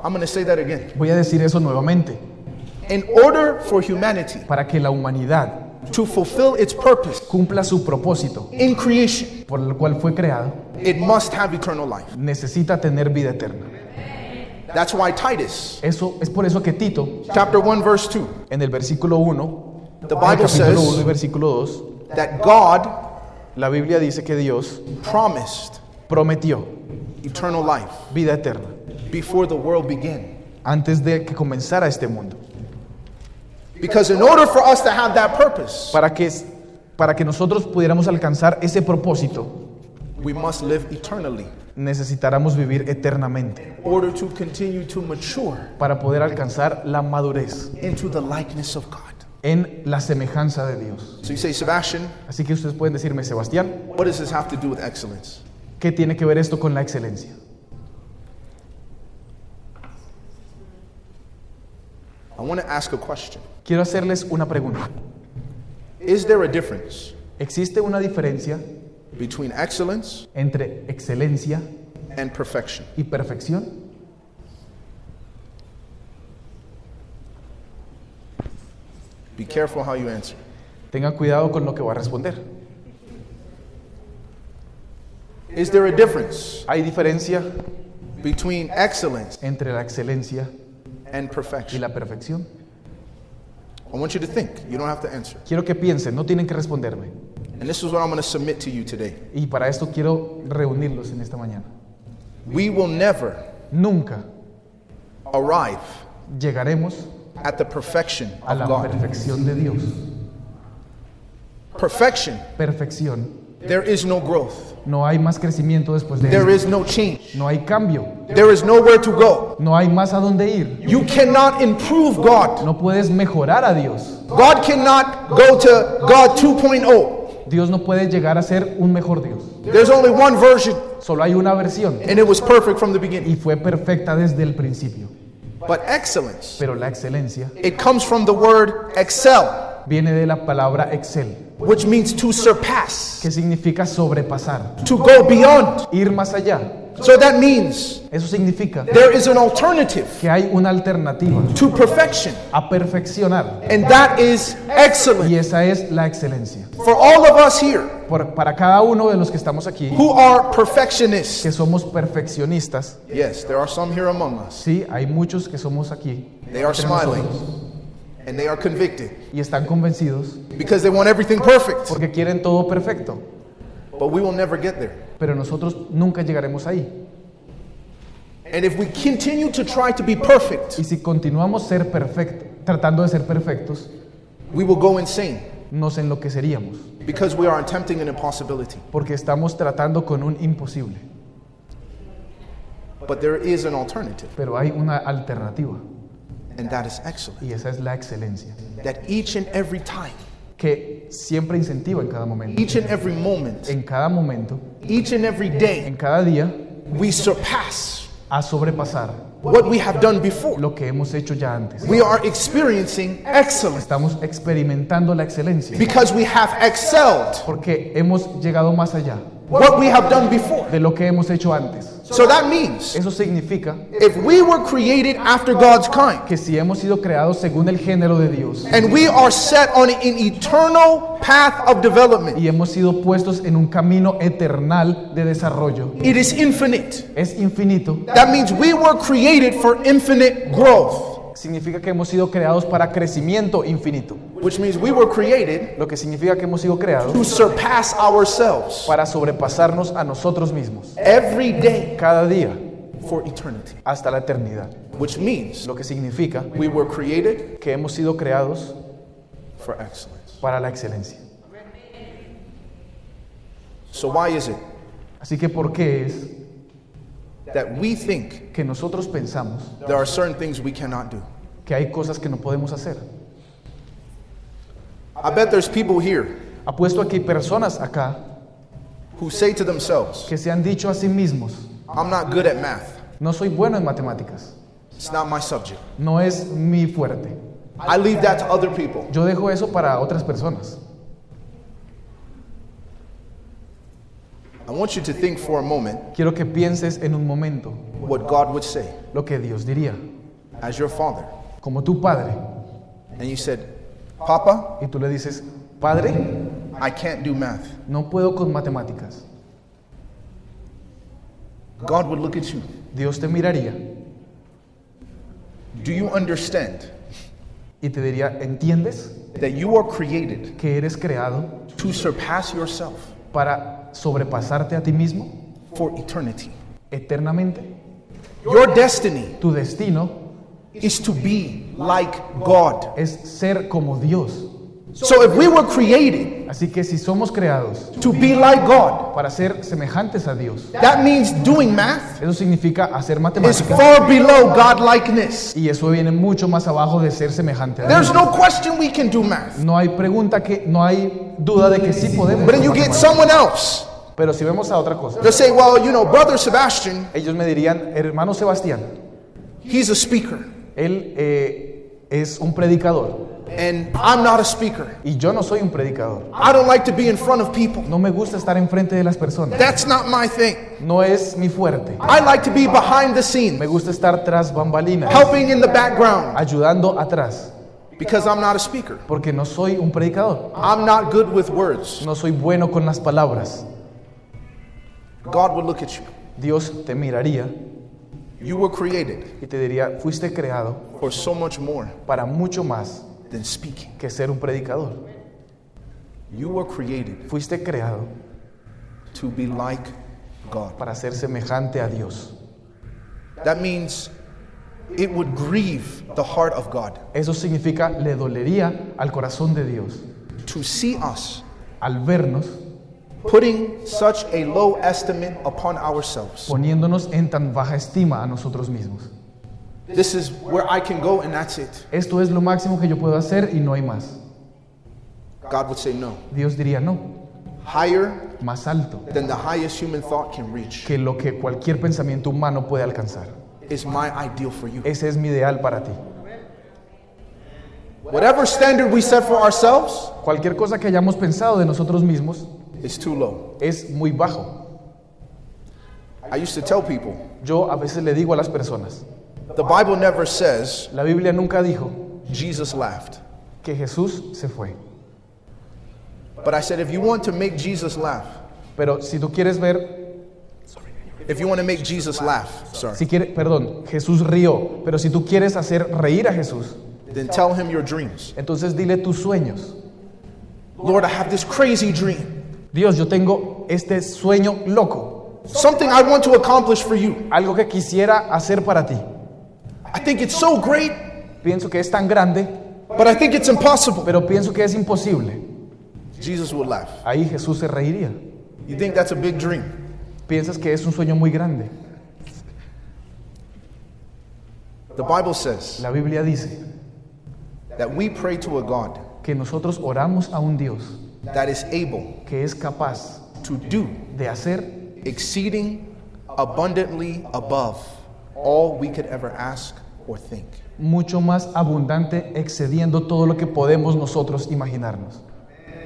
S1: I'm going to say that again.
S2: Voy a decir eso nuevamente.
S1: In order for humanity
S2: Para que la humanidad
S1: to fulfill its purpose
S2: cumpla su propósito
S1: in creation,
S2: por el cual fue creado,
S1: it must have eternal life.
S2: necesita tener vida eterna.
S1: That's why Titus
S2: Eso es por eso que Tito,
S1: chapter 1 verse 2
S2: en el versículo 1,
S1: The
S2: en el
S1: Bible
S2: capítulo 1 y
S1: says
S2: versículo 2,
S1: that God
S2: la Biblia dice que Dios
S1: promised
S2: prometió
S1: eternal life
S2: vida eterna
S1: before the world began.
S2: antes de que comenzara este mundo.
S1: Because in order for us to have that purpose,
S2: Para que, para que nosotros pudiéramos alcanzar ese propósito,
S1: we must live eternally
S2: necesitáramos vivir eternamente
S1: in order to continue to mature
S2: para poder alcanzar la madurez
S1: into the likeness of God.
S2: en la semejanza de Dios.
S1: So you say, Sebastian,
S2: Así que ustedes pueden decirme, Sebastián,
S1: what does this have to do with excellence?
S2: ¿qué tiene que ver esto con la excelencia?
S1: I want to ask a question.
S2: Quiero hacerles una pregunta.
S1: Is there a difference
S2: ¿Existe una diferencia
S1: between excellence
S2: entre excelencia
S1: and perfection?
S2: y perfección?
S1: Be careful how you answer.
S2: Tengan cuidado con lo que va a responder.
S1: Is there a difference
S2: Hay diferencia
S1: between excellence
S2: entre la excelencia
S1: and
S2: y
S1: perfection?
S2: la perfección.
S1: I want you to think. You don't have to answer.
S2: Quiero que piensen, no tienen que responderme.
S1: And this is what I'm going to submit to you today.
S2: Y para esto quiero reunirlos en esta mañana.
S1: We will never
S2: Nunca
S1: arrive
S2: llegaremos
S1: at the perfection
S2: a
S1: of
S2: la
S1: God.
S2: perfección de Dios.
S1: Perfection,
S2: Perfección.
S1: there is no growth,
S2: No hay más crecimiento después de
S1: there
S2: eso.
S1: is no change,
S2: No hay cambio.
S1: there is nowhere to go.
S2: No hay más a dónde ir.
S1: You cannot improve God.
S2: No puedes mejorar a Dios.
S1: God cannot go to God 2.0.
S2: Dios no puede llegar a ser un mejor Dios.
S1: There's only one version,
S2: Solo hay una versión
S1: and it was perfect from the beginning.
S2: y fue perfecta desde el principio.
S1: But excellence,
S2: Pero la excelencia
S1: it comes from the word excel,
S2: viene de la palabra excel,
S1: which means to surpass,
S2: que significa sobrepasar,
S1: to go beyond.
S2: ir más allá.
S1: So that means
S2: Eso significa
S1: there is an alternative
S2: que hay una alternativa
S1: to perfection,
S2: a perfeccionar
S1: and that is excellent.
S2: y esa es la excelencia.
S1: For all of us here
S2: Por- para cada uno de los que estamos aquí,
S1: who are perfectionists,
S2: que somos perfeccionistas,
S1: yes, there are some here among us.
S2: sí, hay muchos que somos aquí
S1: They are
S2: entre nosotros,
S1: smiling and they are convicted
S2: y están convencidos
S1: because they want everything perfect,
S2: porque quieren todo perfecto,
S1: but we will never get there.
S2: pero nosotros nunca llegaremos ahí.
S1: And if we continue to try to be perfect,
S2: Y si continuamos ser perfecto, tratando de ser perfectos,
S1: we will go insane
S2: nos enloqueceríamos
S1: because we are attempting an impossibility.
S2: porque estamos tratando con un imposible,
S1: But there is an alternative,
S2: pero hay una alternativa
S1: and that is excellent.
S2: y esa es la excelencia,
S1: That each and every time,
S2: que siempre incentiva en cada momento,
S1: each and every moment,
S2: en cada momento,
S1: each and every day,
S2: en cada día,
S1: we surpass
S2: a sobrepasar
S1: what we have done before.
S2: lo que hemos hecho ya antes.
S1: We are experiencing excellence
S2: Estamos experimentando la excelencia
S1: because we have excelled
S2: porque hemos llegado más allá
S1: what we have done before.
S2: de lo que hemos hecho antes.
S1: So that means
S2: Eso significa
S1: If we were created after God's kind,
S2: que si hemos sido creados según el género de Dios
S1: and we are set on an eternal path of development,
S2: y hemos sido puestos en un camino eternal de desarrollo,
S1: it is infinite.
S2: es infinito,
S1: That means we were created for infinite growth,
S2: significa que hemos sido creados para crecimiento infinito,
S1: which means we were created
S2: lo que significa que hemos sido creados
S1: to surpass ourselves
S2: para sobrepasarnos a nosotros mismos
S1: every day
S2: cada día
S1: for eternity,
S2: hasta la eternidad,
S1: which means
S2: lo que significa
S1: we were created
S2: que hemos sido creados
S1: for excellence.
S2: para la excelencia.
S1: So, why is it
S2: Así que ¿por qué es
S1: that we think
S2: que nosotros pensamos
S1: there are certain things we cannot do?
S2: que hay cosas que no podemos hacer?
S1: I bet there's people here
S2: Apuesto a que hay personas acá
S1: who say to themselves,
S2: que se han dicho a sí mismos,
S1: I'm not good at math,
S2: no soy bueno en matemáticas,
S1: it's not my subject.
S2: no es mi fuerte.
S1: I leave that to other people.
S2: Yo dejo eso para otras personas.
S1: I want you to think for a moment
S2: Quiero que pienses en un momento
S1: what God would say
S2: lo que Dios diría,
S1: as your father.
S2: como tu padre,
S1: And you said, Papa,
S2: y tú le dices, padre,
S1: I can't do math.
S2: no puedo con matemáticas.
S1: God would look at you.
S2: Dios te miraría
S1: Do you understand
S2: y te diría, ¿entiendes
S1: that you are created
S2: que eres creado
S1: to surpass yourself
S2: para sobrepasarte a ti mismo
S1: for eternity?
S2: eternamente?
S1: Your destiny
S2: Tu destino
S1: is to be like God.
S2: es ser como Dios.
S1: So if we were created
S2: Así que si somos creados
S1: to be like God,
S2: para ser semejantes a Dios,
S1: that means doing math
S2: eso significa hacer
S1: is
S2: matemáticas
S1: far below God likeness.
S2: y eso viene mucho más abajo de ser semejante a
S1: There's
S2: Dios.
S1: no question we can do math.
S2: No hay pregunta que no hay duda de que sí podemos.
S1: But then you
S2: hacer
S1: get
S2: matemáticas.
S1: someone else
S2: Pero si vemos a otra cosa,
S1: They'll say, well, you know, Brother Sebastian,
S2: ellos me dirían, hermano Sebastián,
S1: he's a speaker,
S2: él eh, es un predicador
S1: and I'm not a speaker.
S2: y yo no soy un predicador.
S1: I don't like to be in front of people.
S2: No me gusta estar enfrente de las personas.
S1: That's not my thing.
S2: No es mi fuerte.
S1: I like to be behind the
S2: Me
S1: scenes,
S2: gusta estar tras bambalinas,
S1: helping in the background,
S2: ayudando atrás,
S1: because I'm not a speaker.
S2: porque no soy un predicador.
S1: I'm not good with words.
S2: No soy bueno con las palabras.
S1: God would look at you.
S2: Dios te miraría
S1: You were created
S2: y te diría, fuiste creado
S1: for so much more
S2: para mucho más
S1: than speaking.
S2: que ser un predicador.
S1: You were created
S2: Fuiste creado
S1: to be like God.
S2: para ser semejante a Dios.
S1: That means it would grieve the heart of God
S2: Eso significa, le dolería al corazón de Dios
S1: to see us
S2: al vernos
S1: putting such a low estimate upon ourselves.
S2: poniéndonos en tan baja estima a nosotros mismos.
S1: This is where I can go and that's it.
S2: Esto es lo máximo que yo puedo hacer y no hay más.
S1: God would say no.
S2: Dios diría, no,
S1: Higher
S2: más alto
S1: than the highest human thought can reach
S2: que lo que cualquier pensamiento humano puede alcanzar.
S1: is my ideal for you.
S2: Ese es mi ideal para ti.
S1: Whatever standard we set for ourselves
S2: Cualquier cosa que hayamos pensado de nosotros mismos
S1: is too low.
S2: es muy bajo.
S1: I used to tell people
S2: Yo a veces le digo a las personas,
S1: the Bible never says
S2: la Biblia nunca dijo
S1: Jesus laughed.
S2: que Jesús se fue.
S1: But I said, if you want to make Jesus laugh,
S2: Pero si tú quieres ver,
S1: if you want to make Jesus laugh, sorry,
S2: si quiere, perdón, Jesús rió, pero si tú quieres hacer reír a Jesús,
S1: then tell him your dreams.
S2: entonces dile tus sueños.
S1: Lord, I have this crazy dream.
S2: Dios, yo tengo este sueño loco,
S1: Something I want to accomplish for you.
S2: algo que quisiera hacer para ti.
S1: I think it's so great,
S2: Pienso que es tan grande,
S1: but I think it's impossible.
S2: pero pienso que es imposible.
S1: Jesus would laugh.
S2: Ahí Jesús se reiría.
S1: You think that's a big dream,
S2: Piensas que es un sueño muy grande.
S1: The Bible says
S2: La Biblia dice
S1: that we pray to a God
S2: que nosotros oramos a un Dios
S1: that is able
S2: que es capaz
S1: to do
S2: de hacer
S1: exceeding abundantly above all we could ever ask or think.
S2: mucho más abundante excediendo todo lo que podemos nosotros imaginarnos.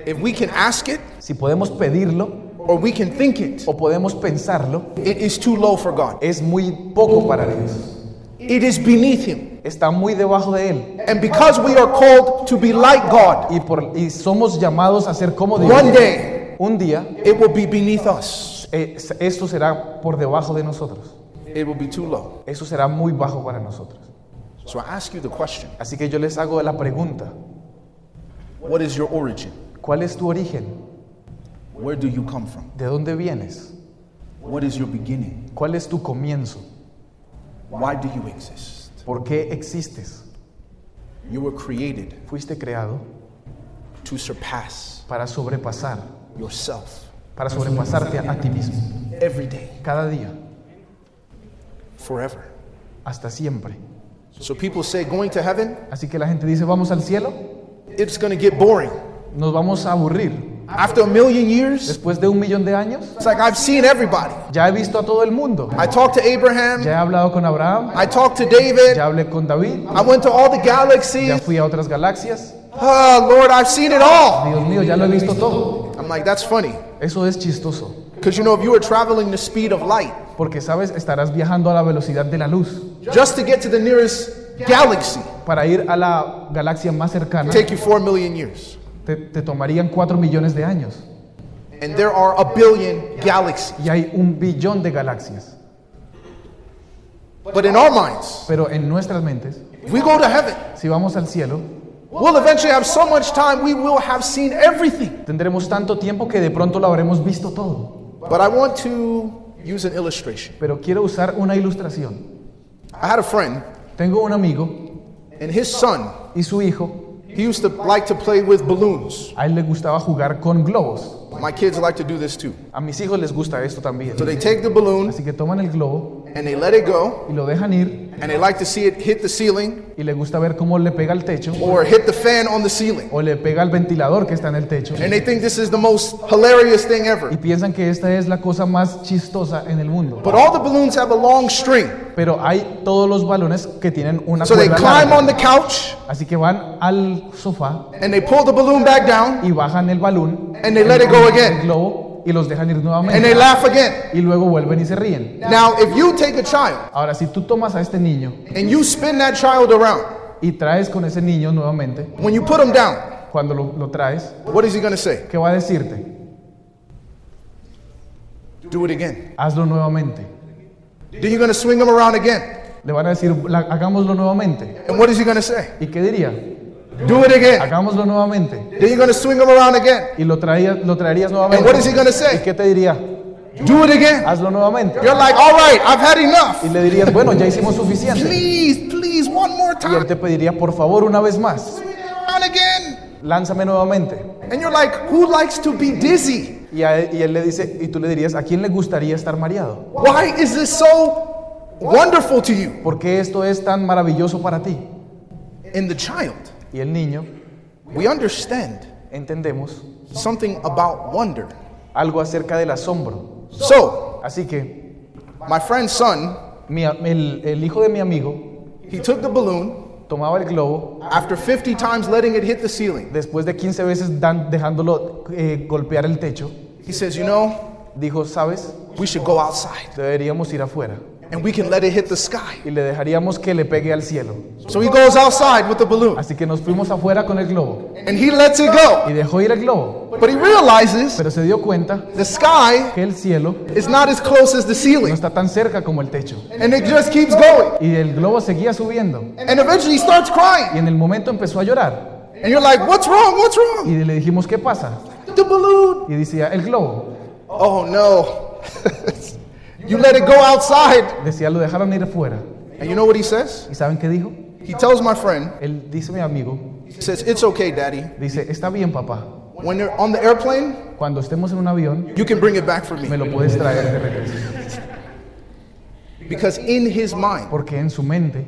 S1: If we can ask it
S2: Si podemos pedirlo
S1: or we can think it,
S2: o podemos pensarlo,
S1: it is too low for God.
S2: es muy poco para Dios.
S1: It is beneath Him.
S2: Está muy debajo de Él.
S1: And because we are called to be like God,
S2: Y, por, y somos llamados a ser como Dios.
S1: one day
S2: Un día
S1: it will be beneath us.
S2: eh, esto será por debajo de nosotros.
S1: It will be too low.
S2: Eso será muy bajo para nosotros.
S1: So I ask you the question
S2: Así que yo les hago la pregunta,
S1: What is your origin?
S2: ¿cuál es tu origen?
S1: Where do you come from?
S2: ¿De dónde vienes?
S1: What is your beginning?
S2: ¿Cuál es tu comienzo?
S1: Why do you exist?
S2: ¿Por qué existes?
S1: You were created
S2: Fuiste creado
S1: to surpass
S2: para sobrepasar,
S1: yourself
S2: para sobrepasarte a, a ti mismo,
S1: every day,
S2: cada día,
S1: forever.
S2: hasta siempre.
S1: So people say going to heaven,
S2: Así que la gente dice, vamos al cielo,
S1: it's going to get boring.
S2: nos vamos a aburrir.
S1: After a million years,
S2: Después de un millón de años,
S1: it's like I've seen everybody.
S2: ya he visto a todo el mundo.
S1: I talked to Abraham,
S2: Ya he hablado con Abraham,
S1: I talked to David,
S2: ya hablé con David,
S1: I went to all the
S2: ya
S1: galaxies.
S2: fui a otras galaxias.
S1: Ah, Lord, I've seen it all.
S2: Dios mío, ya lo he visto todo.
S1: I'm like, that's funny.
S2: Eso es chistoso.
S1: Because you know, if you were traveling the speed of light
S2: Porque sabes, estarás viajando a la velocidad de la luz.
S1: just to get to the nearest galaxy,
S2: Para ir a la galaxia más cercana
S1: take you 4 million years.
S2: te, te tomarían 4 millones de años.
S1: And there are a billion galaxies.
S2: Y hay un billón de galaxias.
S1: But in our minds,
S2: Pero en nuestras mentes,
S1: if we go to heaven,
S2: si vamos al cielo,
S1: we'll eventually have so much time, we will have seen everything.
S2: tendremos tanto tiempo que de pronto lo habremos visto todo.
S1: But I want to use an illustration.
S2: Pero quiero usar una ilustración.
S1: I had a friend,
S2: Tengo un amigo
S1: and his son,
S2: y su hijo,
S1: he used to like to play with balloons.
S2: a él le gustaba jugar con globos.
S1: My kids like to do this too.
S2: A mis hijos les gusta esto también.
S1: So they take the balloon
S2: Así que toman el globo
S1: and they let it go,
S2: y lo dejan ir
S1: and they like to see it hit the ceiling
S2: y le gusta ver cómo le pega al techo
S1: or hit the fan on the ceiling.
S2: o le pega al ventilador que está en el techo.
S1: And they think this is the most hilarious thing
S2: y
S1: ever.
S2: piensan que esta es la cosa más chistosa en el mundo.
S1: But all the balloons have a long string.
S2: Pero hay todos los balones que tienen una
S1: So they
S2: cuerda
S1: climb
S2: larga.
S1: on the couch
S2: Así que van al sofá
S1: and they pull the balloon back down
S2: y bajan el balón,
S1: And they let it go again.
S2: el globo y los dejan ir
S1: and
S2: nuevamente.
S1: they laugh again.
S2: Y luego vuelven y se ríen.
S1: Now, if you take a child
S2: Ahora, si tú tomas a este niño
S1: and you spin that child around,
S2: y traes con ese niño nuevamente,
S1: when you put him down,
S2: cuando lo, lo traes,
S1: what is he going to say?
S2: ¿qué va a decirte?
S1: Do it again.
S2: Hazlo nuevamente.
S1: Then you're going to swing him around again.
S2: Le van a decir, "La- hagámoslo nuevamente.
S1: And what is he going to say?
S2: ¿Y qué diría?
S1: Do it again.
S2: Hagámoslo nuevamente.
S1: Then you're going to swing him around again.
S2: Y lo, traía, lo traerías
S1: And
S2: nuevamente.
S1: what is he going to
S2: ¿Y
S1: say?
S2: qué te diría?
S1: Do it again.
S2: Hazlo nuevamente.
S1: You're like, all right, I've had
S2: Y
S1: enough.
S2: le dirías, bueno, ya hicimos suficiente.
S1: Please, please, one more
S2: Y él
S1: time.
S2: te pediría, por favor, una vez más,
S1: Swing him around again.
S2: lánzame nuevamente.
S1: And you're like, who likes to be dizzy?
S2: Y, a él, y él le dice, y tú le dirías, ¿a quién le gustaría estar mareado?
S1: Why is this so wonderful to you?
S2: ¿Por qué esto es tan maravilloso para ti?
S1: In the child,
S2: Y el niño,
S1: we understand
S2: entendemos
S1: something about wonder.
S2: algo acerca del asombro.
S1: So,
S2: Así que
S1: my friend's son,
S2: mi a- el, el hijo de mi amigo
S1: he took the balloon
S2: tomaba el globo,
S1: After 50 times letting it hit the ceiling,
S2: después de 15 veces dan- dejándolo eh, golpear el techo,
S1: he says, You know,
S2: dijo, ¿sabes?
S1: we should go outside
S2: Deberíamos ir afuera.
S1: and we can let it hit the sky.
S2: Y le dejaríamos que le pegue al cielo.
S1: So he goes outside with the balloon
S2: Así que nos fuimos afuera con el globo.
S1: and he lets it go.
S2: Y dejó ir el globo.
S1: But he realizes
S2: Pero se dio cuenta
S1: the sky
S2: que el cielo
S1: is not as close as the
S2: no
S1: ceiling
S2: está tan cerca como el techo.
S1: and it just keeps going.
S2: Y el globo seguía subiendo.
S1: And eventually he starts crying.
S2: Y en el momento empezó a llorar.
S1: And you're like, What's wrong? What's wrong?
S2: Y le dijimos, ¿qué pasa?
S1: The balloon.
S2: Y decía, el globo.
S1: Oh no. you let it go outside.
S2: Decía, lo dejaron ir afuera.
S1: And you know what he says?
S2: ¿Y saben qué dijo?
S1: He tells my friend,
S2: Él dice, mi amigo,
S1: he says, It's okay, daddy.
S2: dice, está bien, papá.
S1: When you're on the airplane,
S2: Cuando estemos en un avión,
S1: you can bring it back for me.
S2: me lo puedes traer de regreso.
S1: Because in his mind,
S2: Porque en su mente,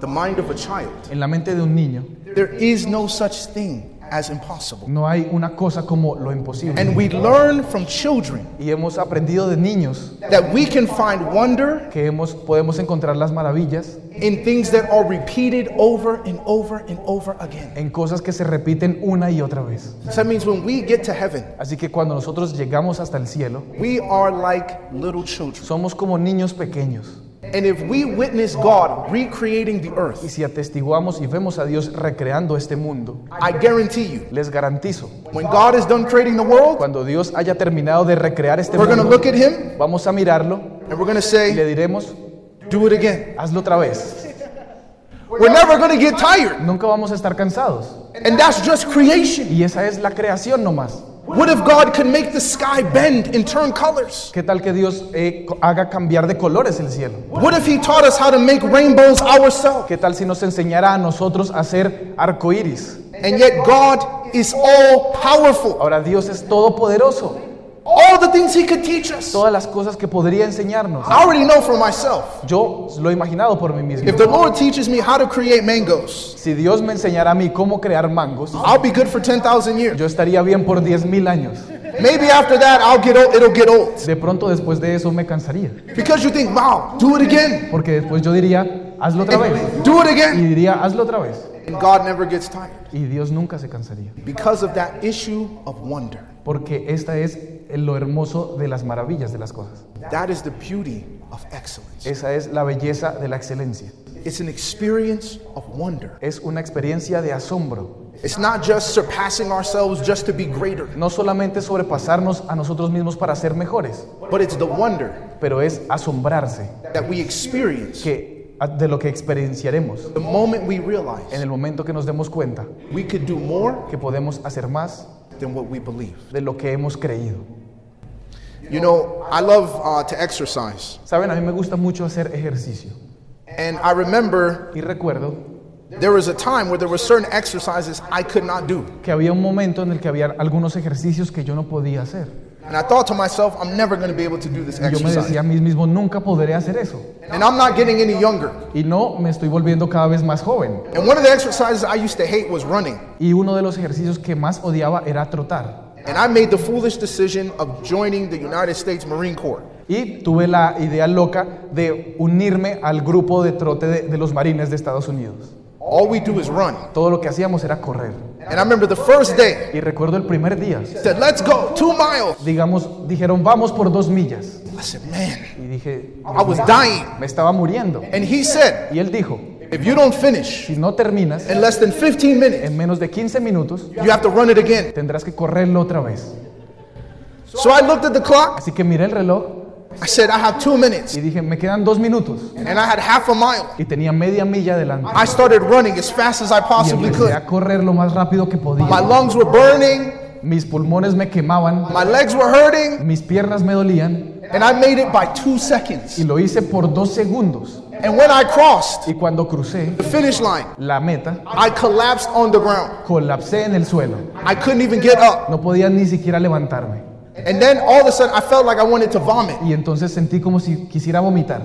S1: the mind of a child,
S2: en la mente de un niño,
S1: there is no such thing as impossible.
S2: no hay una cosa como lo imposible.
S1: And we learn from children
S2: Y hemos aprendido de niños
S1: that we can find wonder
S2: que hemos, podemos encontrar las maravillas
S1: in things that are repeated over and over and over again.
S2: en cosas que se repiten una y otra vez.
S1: So that means when we get to heaven,
S2: Así que cuando nosotros llegamos hasta el cielo,
S1: we are like little children.
S2: somos como niños pequeños.
S1: And if we witness God recreating the
S2: Y
S1: earth,
S2: si atestiguamos y vemos a Dios recreando este mundo,
S1: I guarantee you,
S2: les garantizo,
S1: when God is done creating the world,
S2: cuando Dios haya terminado de recrear este
S1: we're going to
S2: mundo,
S1: look at Him
S2: vamos a mirarlo
S1: and we're going to
S2: y le
S1: say,
S2: diremos,
S1: Do it again.
S2: hazlo otra vez.
S1: We're never going to get tired.
S2: Nunca vamos a estar cansados.
S1: And that's just creation.
S2: Y esa es la creación nomás.
S1: What if God could make the sky bend and turn colors?
S2: ¿Qué tal que Dios eh, co- haga cambiar de colores el cielo?
S1: What if He taught us how to make rainbows ourselves?
S2: ¿Qué tal si nos enseñara a nosotros a hacer arcoíris?
S1: And yet, God is all powerful.
S2: Ahora Dios es todopoderoso.
S1: All the things He could teach us.
S2: Todas las cosas que podría enseñarnos.
S1: I already know for myself.
S2: Yo lo he imaginado por mí mismo.
S1: If the Lord teaches me how to create mangoes,
S2: Si Dios me enseñara a mí cómo crear mangos,
S1: I'll be good for 10,000 years.
S2: yo estaría bien por 10.000 años.
S1: Maybe after that, I'll get old, it'll get old.
S2: De pronto después de eso me cansaría.
S1: Because you think, wow, do it again.
S2: Porque después yo diría, hazlo otra vez.
S1: Do it
S2: Y
S1: again.
S2: diría, hazlo otra vez.
S1: And God never gets tired
S2: Y Dios nunca se cansaría.
S1: because of that issue of wonder.
S2: Porque esta es lo hermoso de las maravillas de las cosas.
S1: That is the beauty of excellence.
S2: Esa es la belleza de la excelencia.
S1: It's an experience of wonder.
S2: Es una experiencia de asombro.
S1: It's not just surpassing ourselves just to be greater,
S2: No solamente sobrepasarnos a nosotros mismos para ser mejores,
S1: but it's the wonder
S2: pero es asombrarse
S1: that we experience
S2: que, de lo que experienciaremos
S1: the moment we
S2: en
S1: realize
S2: el momento que nos demos cuenta
S1: we could do more
S2: que podemos hacer más
S1: than what we believe.
S2: de lo que hemos creído.
S1: You know, I love uh, to exercise.
S2: Saben, a mí me gusta mucho hacer ejercicio.
S1: And I remember
S2: Y recuerdo
S1: there was a time where there were certain exercises I could not do.
S2: que había un momento en el que había algunos ejercicios que yo no podía hacer.
S1: And I thought to myself, I'm never going to be able to do this
S2: Y yo me
S1: exercise.
S2: decía a mí mismo, nunca podré hacer eso.
S1: And I'm not getting any younger.
S2: Y no, me estoy volviendo cada vez más joven.
S1: And one of the exercises I used to hate was running.
S2: Y uno de los ejercicios que más odiaba era trotar.
S1: And I made the foolish decision of joining the United States Marine Corps.
S2: Y tuve la idea loca de unirme al grupo de trote de, de los marines de Estados Unidos.
S1: All we do is run.
S2: Todo lo que hacíamos era correr.
S1: And I remember the first day,
S2: Y recuerdo el primer día,
S1: I said, let's go, two miles.
S2: digamos, dijeron, vamos por dos millas.
S1: I said, man,
S2: Y dije,
S1: I was dying.
S2: me estaba muriendo.
S1: And he said,
S2: Y él dijo,
S1: if you don't finish
S2: si no terminas,
S1: in less than 15 minutes,
S2: en menos de 15 minutos,
S1: you have to run it again.
S2: tendrás que correrlo otra vez.
S1: So I looked at the clock.
S2: Así que miré el reloj
S1: I said, I have two minutes.
S2: y dije, me quedan dos minutos.
S1: And I had half a mile.
S2: Y tenía media milla delante.
S1: I started running as fast as I
S2: Y
S1: possibly
S2: empecé
S1: could.
S2: a correr lo más rápido que
S1: My
S2: podía.
S1: lungs were burning.
S2: Mis pulmones me quemaban,
S1: My legs were hurting,
S2: mis piernas me dolían
S1: and I made it by two
S2: y
S1: seconds.
S2: lo hice por dos segundos.
S1: And when I crossed
S2: Y cuando crucé
S1: the finish line,
S2: la meta,
S1: I collapsed on the ground.
S2: colapsé en el suelo.
S1: I couldn't even get up.
S2: No podía ni siquiera levantarme.
S1: And then all of a sudden, I felt like I wanted to vomit.
S2: Y entonces sentí como si quisiera vomitar.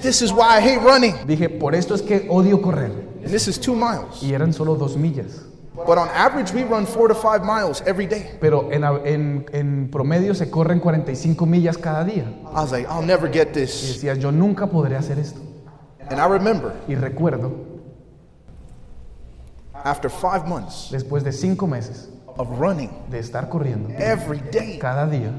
S1: This is why I hate running.
S2: Dije, por esto es que odio correr.
S1: And this is two miles.
S2: Y eran solo dos millas.
S1: But on average, we run four to five miles every day.
S2: Pero en, a- en- en promedio se corren 45 millas cada día.
S1: I was like, I'll never get
S2: Y
S1: this.
S2: decía, yo nunca podré hacer esto.
S1: And I remember
S2: Y recuerdo
S1: after five months
S2: después de cinco meses
S1: of running
S2: de estar corriendo
S1: every day,
S2: cada día,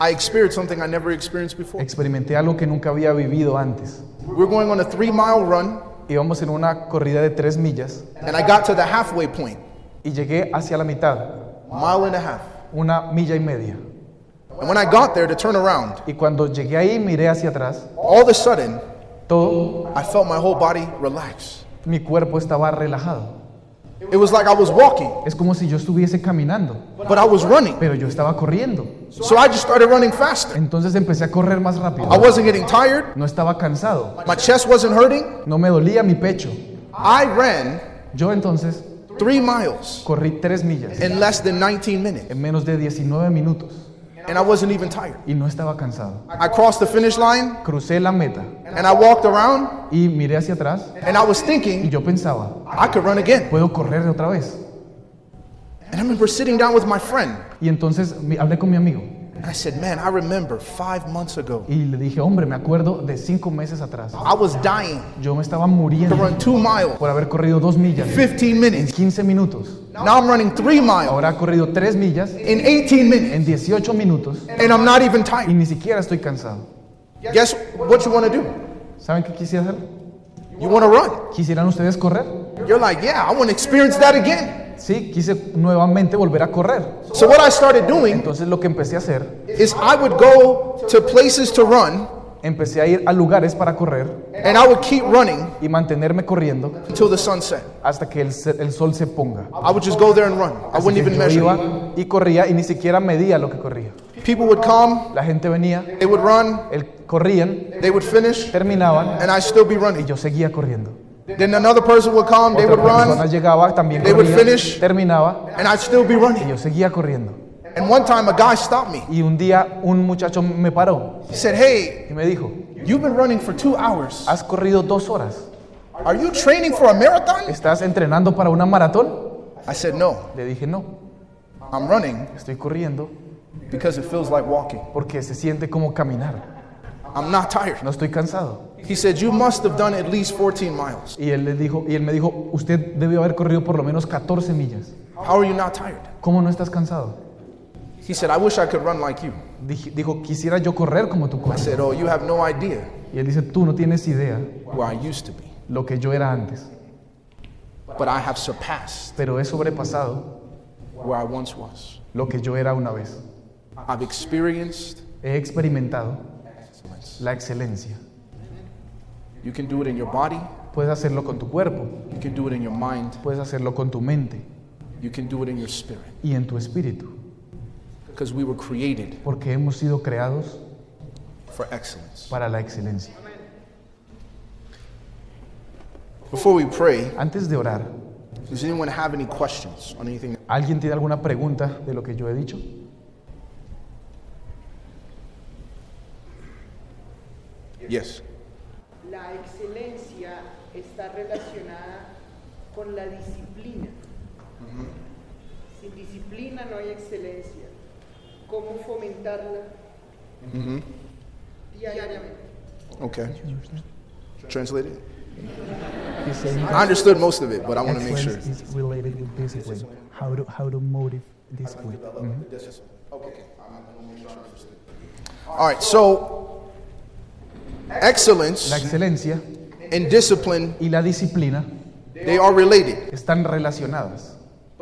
S1: I experienced something I never experienced before.
S2: experimenté algo que nunca había vivido antes.
S1: We're going on a three mile run,
S2: Íbamos en una corrida de tres millas
S1: and I got to the halfway point,
S2: y llegué hacia la mitad,
S1: mile and a half.
S2: una milla y media.
S1: And when I got there to turn around,
S2: Y cuando llegué ahí miré hacia atrás,
S1: all of a sudden,
S2: todo
S1: I felt my whole body relax.
S2: mi cuerpo estaba relajado.
S1: It was like I was walking,
S2: Es como si yo estuviese caminando,
S1: but I was running.
S2: pero yo estaba corriendo.
S1: So I just started running faster.
S2: Entonces empecé a correr más rápido.
S1: I wasn't getting tired,
S2: No estaba cansado,
S1: my chest wasn't hurting.
S2: no me dolía mi pecho.
S1: I ran
S2: Yo entonces
S1: three miles
S2: corrí tres millas
S1: in less than 19 minutes,
S2: en menos de 19 minutos
S1: and I wasn't even tired.
S2: y no estaba cansado.
S1: I crossed the finish line,
S2: Crucé la meta
S1: and I walked around,
S2: y miré hacia atrás
S1: and I was
S2: y
S1: thinking
S2: yo pensaba,
S1: I could run again.
S2: puedo correr otra vez.
S1: And I remember sitting down with my friend,
S2: Y entonces mi- hablé con mi amigo
S1: and I said, Man, I remember five months ago,
S2: y le dije, hombre, me acuerdo de cinco meses atrás.
S1: I was dying
S2: Yo me estaba
S1: to
S2: muriendo
S1: run two miles,
S2: por haber corrido dos millas
S1: 15
S2: en
S1: minutes.
S2: 15 minutos.
S1: Now I'm running three miles
S2: Ahora ha corrido tres millas
S1: in 18 minutes,
S2: en 18 minutos
S1: and I'm not even
S2: y
S1: tired.
S2: ni siquiera estoy cansado.
S1: Guess what you want to do?
S2: ¿Saben qué quisiera hacer?
S1: You want to run.
S2: ¿Quisieran ustedes correr?
S1: You're like, Yeah, I want to experience that again.
S2: Sí, quise nuevamente volver a correr.
S1: So, what I started doing
S2: Entonces lo que empecé a hacer,
S1: is I would go to places to run,
S2: empecé a ir a lugares para correr
S1: and I would keep running
S2: y mantenerme corriendo
S1: until the sunset.
S2: hasta que el, se- el sol se ponga.
S1: I would just go there and run. I
S2: Así
S1: wouldn't even
S2: que yo
S1: measure.
S2: iba y corría y ni siquiera medía lo que corría.
S1: People would come,
S2: La gente venía,
S1: they would run,
S2: el, corrían,
S1: they would finish,
S2: terminaban
S1: and I'd still be
S2: y
S1: running.
S2: yo seguía corriendo.
S1: Then another person would come, they
S2: Otra
S1: would
S2: persona
S1: run,
S2: llegaba, también
S1: They would
S2: corría,
S1: finish.
S2: terminaba
S1: and I'd still be
S2: y
S1: running.
S2: yo seguía corriendo.
S1: And one time a guy stopped me.
S2: Y un día un muchacho me paró
S1: He said, Hey,
S2: y me dijo,
S1: you've been running for two hours.
S2: has corrido dos horas,
S1: Are you training for a marathon?
S2: ¿estás entrenando para una maratón?
S1: I said, No,
S2: Le dije, no,
S1: I'm running
S2: estoy corriendo
S1: because it feels like walking.
S2: porque se siente como caminar,
S1: I'm not tired.
S2: no estoy cansado.
S1: He said, You must have done at least 14 miles.
S2: Y él, le dijo, y él me dijo, usted debió haber corrido por lo menos 14 millas.
S1: How are you not tired?
S2: ¿Cómo no estás cansado?
S1: He said, I wish I could run like you.
S2: Dije- dijo, quisiera yo correr como tú
S1: I
S2: corres.
S1: said, Oh, you have no idea
S2: Y él dice, tú no tienes idea
S1: where I used to be,
S2: lo que yo era antes,
S1: but I have surpassed
S2: pero he sobrepasado
S1: where I once was.
S2: lo que yo era una vez.
S1: I've experienced
S2: He experimentado
S1: excellence.
S2: la excelencia.
S1: You can do it in your body,
S2: Puedes hacerlo con tu cuerpo,
S1: you can do it in your mind,
S2: puedes hacerlo con tu mente
S1: you can do it in your spirit.
S2: y en tu espíritu,
S1: Because we were created
S2: porque hemos sido creados
S1: for excellence.
S2: para la excelencia.
S1: Before we pray,
S2: Antes de orar,
S1: does anyone have any questions on anything?
S2: ¿alguien tiene alguna pregunta de lo que yo he dicho?
S1: Yes.
S3: La excelencia está relacionada con la disciplina. Sin disciplina no hay excelencia. ¿Cómo fomentarla diariamente?
S1: Okay. Translate it?
S4: He's saying
S1: I understood most of it, but I want to make
S4: excellence
S1: sure.
S4: is related with discipline. How to how to motive discipline.
S1: All right, so excellence
S2: La excelencia
S1: and discipline,
S2: y la disciplina
S1: they are related.
S2: están relacionadas,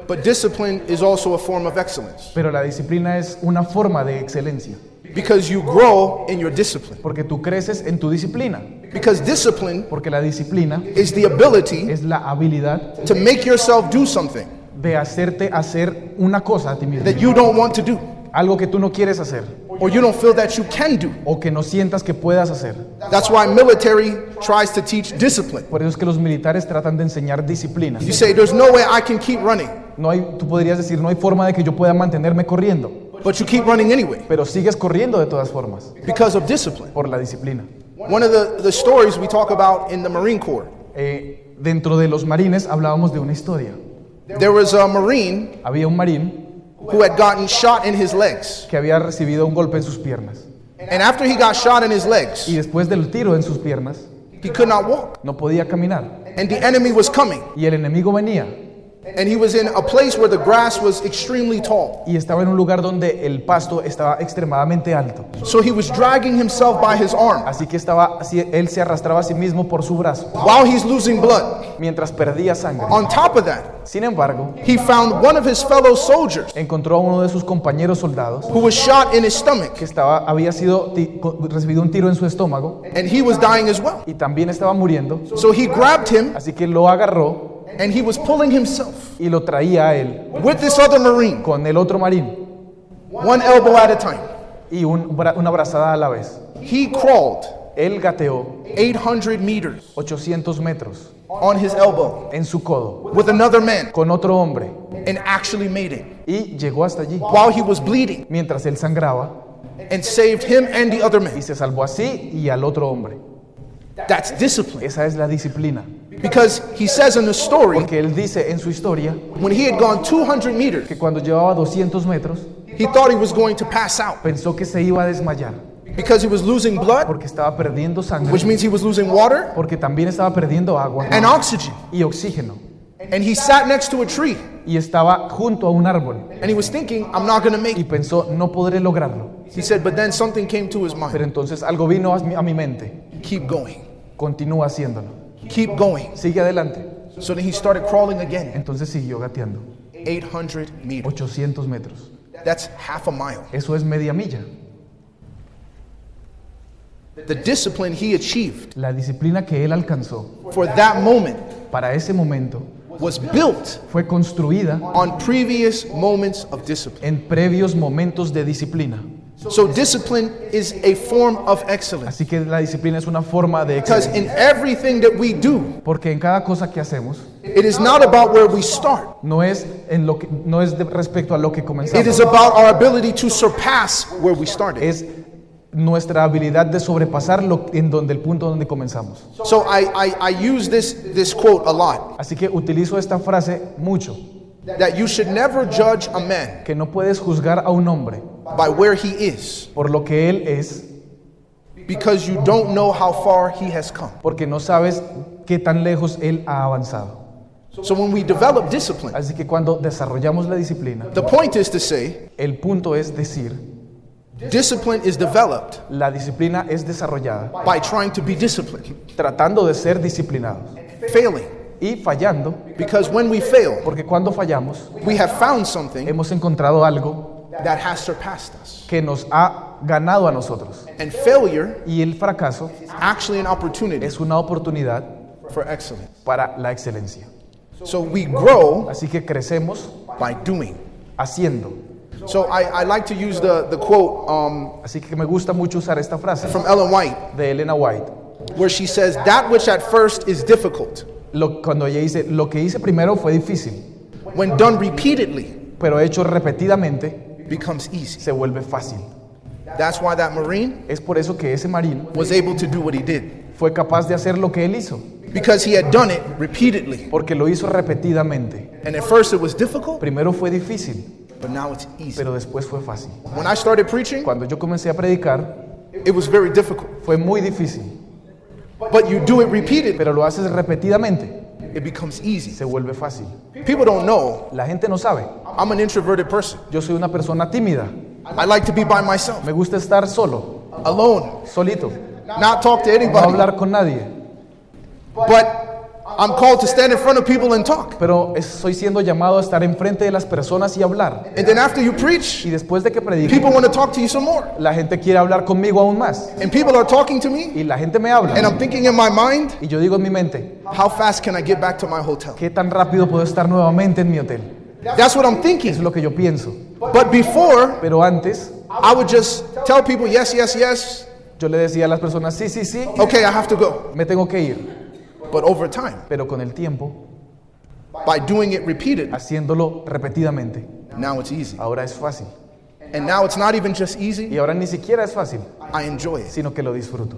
S1: But discipline is also a form of excellence
S2: pero la disciplina es una forma de excelencia,
S1: because you grow in your discipline.
S2: porque tú creces en tu disciplina,
S1: Because discipline
S2: porque la disciplina
S1: is the ability
S2: es la habilidad
S1: to make yourself do something
S2: de hacerte hacer una cosa a ti mismo,
S1: that you don't want to do
S2: algo que tú no quieres hacer
S1: or you don't feel that you can do.
S2: o que no sientas que puedas hacer.
S1: That's why military tries to teach discipline.
S2: Por eso es que los militares tratan de enseñar disciplina.
S1: You say, There's no way I can keep running,
S2: No hay, tú podrías decir, no hay forma de que yo pueda mantenerme corriendo,
S1: but you keep running anyway
S2: pero sigues corriendo de todas formas
S1: because of discipline.
S2: por la disciplina.
S1: One of the, the stories we talk about in the Marine Corps
S2: Eh, dentro de los marines hablábamos de una historia.
S1: there was a Marine
S2: Había un marín
S1: who had gotten shot in his legs.
S2: que había recibido un golpe en sus piernas
S1: And after he got shot in his
S2: y
S1: legs,
S2: después del tiro en sus piernas
S1: he could not walk.
S2: no podía caminar
S1: and the enemy was coming.
S2: y el enemigo venía
S1: And he was in a place where the grass was extremely tall.
S2: y estaba en un lugar donde el pasto estaba extremadamente alto.
S1: So he was dragging himself by his arm
S2: Así que estaba, así- él se arrastraba a sí mismo por su brazo
S1: while he's losing blood.
S2: mientras perdía sangre.
S1: On top of that,
S2: Sin embargo,
S1: he found one of his fellow soldiers
S2: encontró a uno de sus compañeros soldados
S1: who was shot in his stomach,
S2: que estaba, había sido ti- co- recibido un tiro en su estómago
S1: and he was dying as well.
S2: y también estaba muriendo.
S1: So he grabbed him
S2: Así que lo agarró
S1: and he was pulling himself
S2: y lo traía a él
S1: with this other Marine,
S2: con el otro marín
S1: one elbow at a time.
S2: y un bra- una abrazada a la vez.
S1: He crawled
S2: Él gateó
S1: 800 meters
S2: 800 metros
S1: on his elbow
S2: en su codo
S1: with another man
S2: con otro hombre
S1: and actually made it
S2: y llegó hasta allí
S1: while he was bleeding
S2: mientras él sangraba
S1: and saved him and the other
S2: y
S1: man.
S2: se salvó así y al otro hombre.
S1: That's discipline.
S2: Esa es la disciplina.
S1: Because he says in the story,
S2: Porque él dice en su historia
S1: when he had gone 200 meters,
S2: que cuando llevaba 200 metros
S1: he thought he was going to pass out
S2: pensó que se iba a desmayar
S1: because he was losing blood,
S2: porque estaba perdiendo
S1: which
S2: sangre,
S1: means he was losing water
S2: porque también estaba perdiendo agua
S1: and oxygen.
S2: y oxígeno.
S1: And he sat next to a tree
S2: Y estaba junto a un árbol
S1: and he was thinking, I'm not going to make
S2: y
S1: it.
S2: pensó, no podré lograrlo.
S1: He said, but then something came to his
S2: Pero
S1: mind.
S2: entonces algo vino a mi, a mi mente,
S1: Keep going,
S2: continúa haciéndolo,
S1: keep going.
S2: sigue adelante.
S1: So then he started crawling again,
S2: Entonces siguió gateando
S1: 800 meters.
S2: 800 metros.
S1: That's half a mile.
S2: Eso es media milla.
S1: The discipline he achieved
S2: La disciplina que él alcanzó
S1: for that moment
S2: para ese momento
S1: was built
S2: fue construida
S1: on previous moments of discipline.
S2: en previos momentos de disciplina.
S1: So discipline is a form of excellence.
S2: Así que la disciplina es una forma de
S1: Because
S2: excelencia.
S1: in everything that we do,
S2: Porque en cada cosa que hacemos
S1: it is not about where we start.
S2: no es, en lo que, no es de respecto a lo que
S1: It is
S2: comenzamos,
S1: about our ability to surpass where we started.
S2: es nuestra habilidad de sobrepasar lo, en donde el punto donde comenzamos.
S1: So I, I, I use this, this quote a lot
S2: Así que utilizo esta frase mucho,
S1: that you should never judge a man
S2: que no puedes juzgar a un hombre
S1: by where he is
S2: por lo que él es,
S1: because you don't know how far he has come.
S2: porque no sabes qué tan lejos él ha avanzado.
S1: So when we develop discipline,
S2: Así que cuando desarrollamos la disciplina,
S1: the point is to say
S2: el punto es decir,
S1: discipline is developed
S2: la disciplina es desarrollada
S1: by trying to be disciplined,
S2: tratando de ser disciplinados
S1: failing.
S2: y fallando,
S1: Because when we fail,
S2: porque cuando fallamos
S1: we have found something
S2: hemos encontrado algo
S1: that has surpassed us.
S2: que nos ha ganado a nosotros.
S1: And failure
S2: Y el fracaso
S1: actually an opportunity
S2: es una oportunidad
S1: for excellence.
S2: para la excelencia.
S1: So we grow
S2: Así que crecemos
S1: by doing.
S2: haciendo.
S1: So I, I like to use the, the quote um,
S2: Así que me gusta mucho usar esta frase
S1: from Ellen White,
S2: de Elena White.
S1: where she says, That which at first is difficult,
S2: Lo- cuando ella dice, lo que hice primero fue difícil,
S1: when done repeatedly,
S2: pero hecho repetidamente
S1: becomes easy.
S2: se vuelve fácil.
S1: That's why that Marine
S2: Es por eso que ese marín
S1: was able to do what he did,
S2: fue capaz de hacer lo que él hizo,
S1: because he had done it repeatedly.
S2: porque lo hizo repetidamente.
S1: And at first it was difficult,
S2: Primero fue difícil,
S1: but now it's easy.
S2: pero después fue fácil.
S1: When I started preaching,
S2: Cuando yo comencé a predicar,
S1: it was very difficult.
S2: fue muy difícil,
S1: But you do it repeatedly,
S2: pero lo haces repetidamente,
S1: it becomes easy.
S2: se vuelve fácil.
S1: People don't know
S2: La gente no sabe.
S1: I'm an introverted person.
S2: Yo soy una persona tímida.
S1: I like to be by myself,
S2: Me gusta estar solo,
S1: alone.
S2: solito,
S1: not talk to
S2: no
S1: anybody,
S2: hablar con nadie.
S1: but I'm called to stand in front of people and talk.
S2: Pero estoy siendo llamado a estar enfrente de las personas y hablar.
S1: And then after you preach,
S2: Y después de que predique,
S1: people want to talk to you some more.
S2: la gente quiere hablar conmigo aún más.
S1: And people are talking to me,
S2: Y la gente me
S1: and
S2: habla.
S1: I'm thinking in my mind,
S2: Y yo digo en mi mente,
S1: how fast can I get back to my hotel?
S2: ¿qué tan rápido puedo estar nuevamente en mi hotel?
S1: That's what I'm
S2: Es
S1: thinking.
S2: lo que yo pienso.
S1: But before,
S2: Pero antes,
S1: I would just tell people, yes, yes, yes,
S2: yo le decía a las personas, sí, sí, sí,
S1: okay, I have to go.
S2: me tengo que ir.
S1: But over time,
S2: Pero con el tiempo,
S1: by doing it repeated,
S2: haciéndolo repetidamente,
S1: now it's easy.
S2: ahora es fácil.
S1: And now it's not even just easy,
S2: Y ahora ni siquiera es fácil,
S1: I enjoy it.
S2: sino que lo disfruto.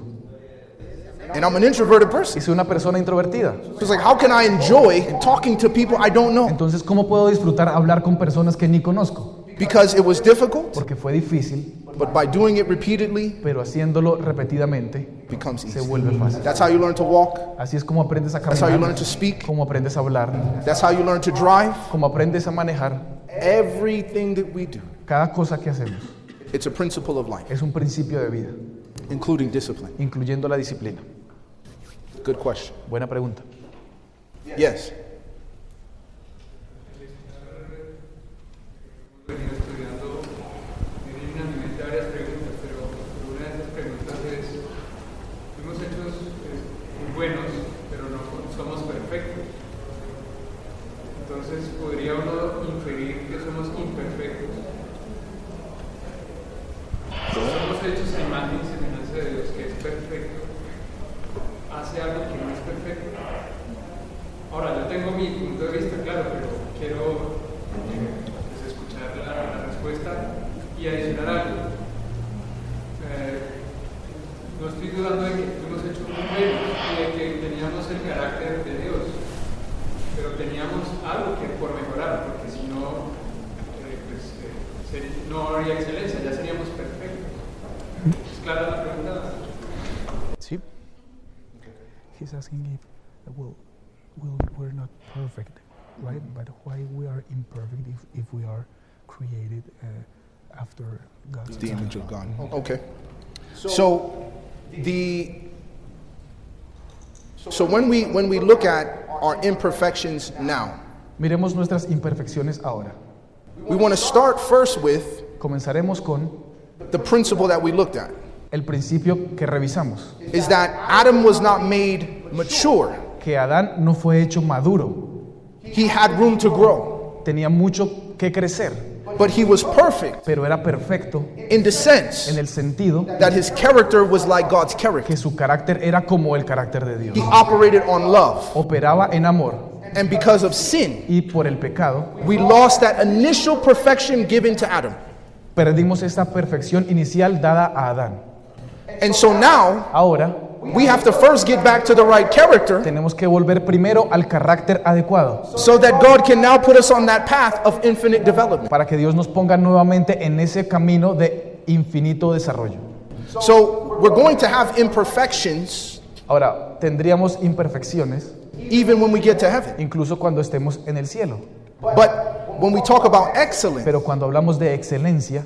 S1: And I'm an introverted
S2: Y
S1: person.
S2: soy una persona introvertida.
S1: So it's like, how can I enjoy talking to people I don't know?
S2: Entonces, ¿cómo puedo disfrutar hablar con personas que ni conozco?
S1: Because it was difficult,
S2: Porque fue difícil,
S1: but by doing it repeatedly,
S2: pero haciéndolo repetidamente
S1: it becomes
S2: se
S1: easy.
S2: vuelve fácil.
S1: That's how you learn to walk.
S2: Así es como aprendes a
S1: That's how you learn
S2: caminar,
S1: to speak.
S2: como aprendes a hablar,
S1: That's how you learn to drive.
S2: como aprendes a manejar.
S1: Everything that we do,
S2: Cada cosa que hacemos
S1: it's a principle of life,
S2: es un principio de vida,
S1: including discipline.
S2: incluyendo la disciplina.
S1: Good question.
S2: Buena pregunta.
S1: Yes.
S5: venía estudiando divinamente varias preguntas, pero una de esas preguntas es, hemos hecho eh, muy buenos, pero no somos perfectos. Entonces, ¿podría uno inferir que somos imperfectos? Somos hechos a imagen y semejanza de Dios, que es perfecto. Hace algo que no es perfecto. Ahora, yo tengo mi punto de vista, claro, pero quiero pues, escuchar la, la respuesta y adicionar algo. Eh, no estoy dudando de que hemos hecho muy bueno y de que teníamos el carácter de Dios, pero teníamos algo que por mejorar, porque si no, eh, pues, eh, ser- no habría excelencia, ya seríamos perfectos. ¿Es clara la pregunta?
S2: Sí.
S4: He's asking if well, well, we're not perfect, right? But why we are imperfect if, if we are created uh, after God's
S1: The
S4: design?
S1: image of God. Okay. So the so when we when we look at our imperfections now,
S2: Miremos nuestras imperfecciones ahora.
S1: we want to start first with
S2: Comenzaremos con
S1: the principle that we looked at
S2: el principio que revisamos,
S1: is that Adam was not made mature.
S2: que Adán no fue hecho maduro,
S1: He had room to grow,
S2: tenía mucho que crecer,
S1: but he was perfect
S2: pero era perfecto
S1: in the sense
S2: en el sentido
S1: that his character was like God's character.
S2: que su carácter era como el carácter de Dios.
S1: He operated on love,
S2: Operaba en amor
S1: and because of sin,
S2: y por el pecado
S1: we lost that initial perfection given to Adam.
S2: perdimos esta perfección inicial dada a Adán.
S1: And so now
S2: Ahora
S1: We have to first get back to the right character
S2: tenemos que volver primero al carácter adecuado
S1: so that God can now put us on that path of infinite development.
S2: para que Dios nos ponga nuevamente en ese camino de infinito desarrollo.
S1: So we're going to have imperfections
S2: Ahora, tendríamos imperfecciones
S1: even when we get to heaven.
S2: incluso cuando estemos en el cielo,
S1: But when we talk about excellence,
S2: pero cuando hablamos de excelencia,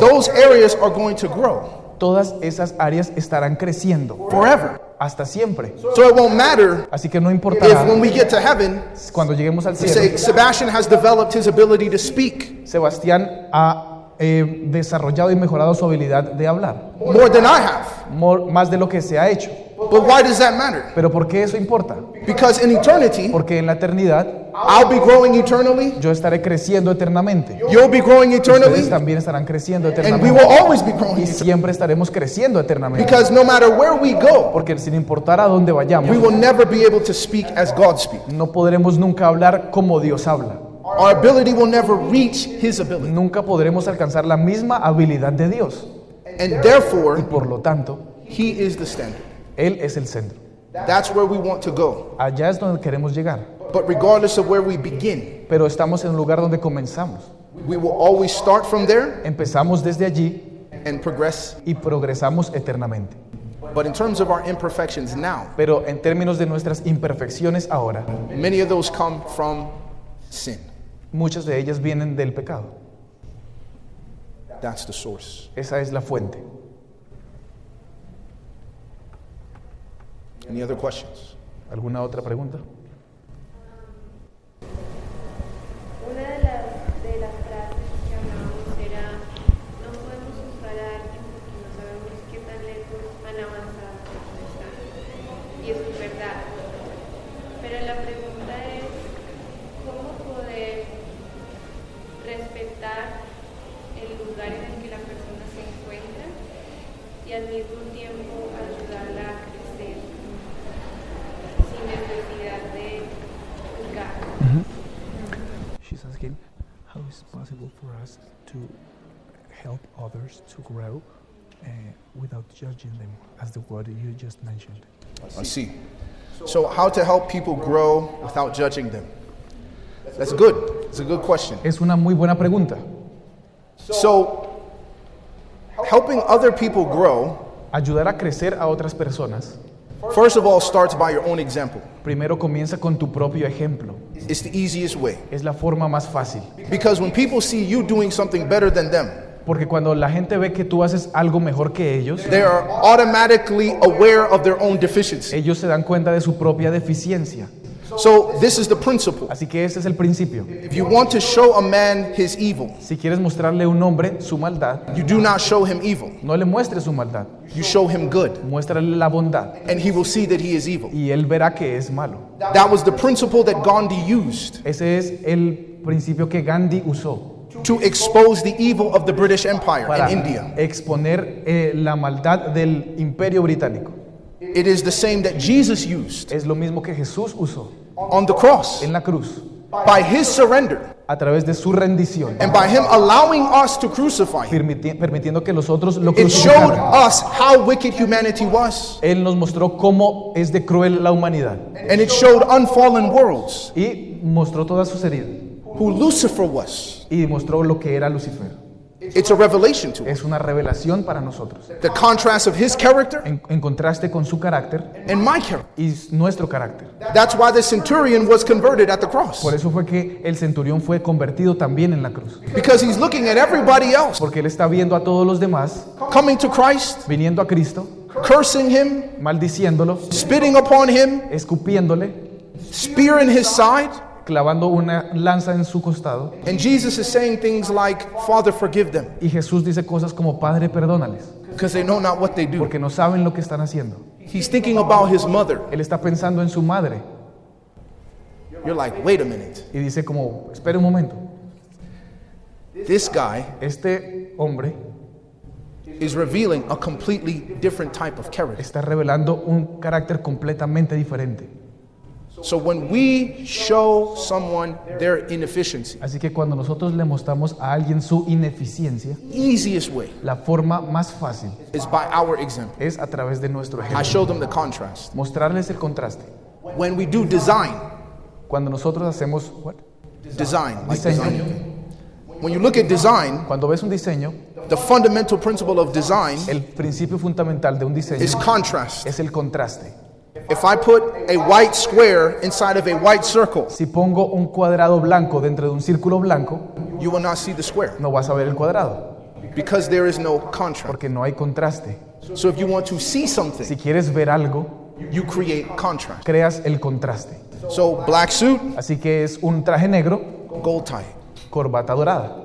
S1: those areas are going to grow
S2: todas esas áreas estarán creciendo
S1: forever.
S2: hasta siempre.
S1: So it won't matter
S2: Así que no importará
S1: if when we get to heaven,
S2: cuando lleguemos al
S1: we
S2: cielo.
S1: say Sebastian has developed his ability to speak
S2: Sebastián ha eh, desarrollado y mejorado su habilidad de hablar,
S1: more than I have.
S2: mor- más de lo que se ha hecho.
S1: But why does that matter?
S2: Pero ¿por qué eso importa?
S1: Because in eternity,
S2: Porque en la eternidad
S1: I'll be growing eternally,
S2: yo estaré creciendo eternamente.
S1: you'll be growing
S2: Ustedes
S1: eternally,
S2: también estarán creciendo
S1: and we will
S2: eternamente.
S1: always be growing
S2: Y siempre estaremos creciendo eternamente.
S1: Because no matter where we go,
S2: Porque sin importar a dónde
S1: we
S2: vayamos,
S1: will never be able to speak as God speaks.
S2: no podremos nunca hablar como Dios habla.
S1: Our ability will never reach His ability.
S2: Nunca podremos alcanzar la misma habilidad de Dios.
S1: And therefore,
S2: Por lo tanto,
S1: He is the standard.
S2: Él es el centro.
S1: That's where we want to go.
S2: Allá es donde queremos llegar.
S1: But regardless of where we begin,
S2: Pero estamos en un lugar donde comenzamos.
S1: we will always start from there
S2: Empezamos desde allí
S1: and progress.
S2: y progresamos eternamente.
S1: But in terms of our imperfections now,
S2: Pero en términos de nuestras imperfecciones ahora,
S1: many of those come from sin.
S2: muchas de ellas vienen del pecado.
S1: That's the source.
S2: Esa es la fuente.
S1: Any other questions?
S2: ¿Alguna otra pregunta?
S6: Una de las, de las frases que hablábamos era, no podemos juzgar a alguien porque no sabemos qué tan lejos han avanzado como están. Y eso es verdad. Pero la pregunta es, ¿cómo poder respetar el lugar en el que la persona se encuentra y al mismo tiempo ayudarla a crecer sin necesidad de juzgar?
S4: She's asking how is it possible for us to help others to grow uh, without judging them, as the word you just mentioned.
S1: I see. So, how to help people grow without judging them? That's good. It's a good question.
S2: Es una muy buena pregunta.
S1: So, helping other people grow,
S2: Ayudar a crecer a otras personas,
S1: first of all, starts by your own example.
S2: primero comienza con tu propio ejemplo.
S1: It's the easiest way.
S2: Es la forma más fácil.
S1: Because when people see you doing something better than them,
S2: Porque cuando la gente ve que tú haces algo mejor que ellos,
S1: they are automatically aware of their own deficiency.
S2: ellos se dan cuenta de su propia deficiencia.
S1: So, this is the principle.
S2: Así que ese es el principio.
S1: If you want to show a man his evil,
S2: Si quieres mostrarle a un hombre su maldad,
S1: you do not show him evil,
S2: no le muestres su maldad,
S1: you show him good,
S2: muéstrale la bondad
S1: and he will see that he is evil.
S2: y él verá que es malo.
S1: That was the principle that Gandhi used
S2: Ese es el principio que Gandhi usó
S1: to expose the evil of the British Empire
S2: para
S1: and India.
S2: exponer eh, la maldad del imperio británico.
S1: It is the same that Jesus used
S2: Es lo mismo que Jesús usó
S1: on the cross
S2: en la cruz
S1: by his surrender
S2: a través de su rendición,
S1: and by him allowing us to crucify him.
S2: permiti- permitiendo que los otros lo
S1: It showed
S2: crucificaran.
S1: us how wicked humanity was,
S2: Él nos mostró cómo es de cruel la humanidad
S1: and it showed unfallen worlds
S2: y mostró todas sus heridas
S1: who Lucifer was.
S2: y mostró lo que era Lucifer.
S1: It's a revelation to us.
S2: Es una revelación para nosotros.
S1: The contrast of his character
S2: En, en contraste con su carácter
S1: and my character.
S2: y s- nuestro carácter.
S1: That's why the centurion was converted at the cross,
S2: Por eso fue que el centurión fue convertido también en la cruz.
S1: because he's looking at everybody else
S2: Porque él está viendo a todos los demás
S1: coming to Christ,
S2: viniendo a Cristo,
S1: cursing him,
S2: maldiciéndolo,
S1: spitting upon him,
S2: escupiéndole,
S1: spear in his side.
S2: clavando una lanza en su costado.
S1: And Jesus is saying things like, Father, forgive them,
S2: Y Jesús dice cosas como, Padre, perdónales,
S1: because they know not what they do.
S2: porque no saben lo que están haciendo.
S1: He's thinking about his mother.
S2: Él está pensando en su madre
S1: You're like, wait a minute.
S2: y dice como, espere un momento,
S1: This guy
S2: este hombre
S1: is revealing a completely different type of character.
S2: está revelando un carácter completamente diferente.
S1: So when we show someone their inefficiency,
S2: Así que cuando nosotros le mostramos a alguien su ineficiencia,
S1: easiest way
S2: la forma más fácil
S1: is by our example.
S2: es a través de nuestro
S1: I
S2: ejemplo.
S1: show them the contrast.
S2: Mostrarles el contraste.
S1: When we do design,
S2: Cuando nosotros hacemos what?
S1: design, like
S2: diseño,
S1: design. When you look at design,
S2: cuando ves un diseño,
S1: the fundamental principle of design
S2: el principio fundamental de un diseño
S1: is contrast.
S2: es el contraste.
S1: If I put a white square inside of a white circle,
S2: Si pongo un cuadrado blanco dentro de un círculo blanco,
S1: you will not see the square
S2: no vas a ver el cuadrado,
S1: because there is no contrast.
S2: porque no hay contraste.
S1: So if you want to see
S2: Si
S1: something,
S2: quieres ver algo,
S1: you create contrast.
S2: creas el contraste.
S1: So black suit,
S2: Así que es un traje negro,
S1: gold tie.
S2: corbata dorada.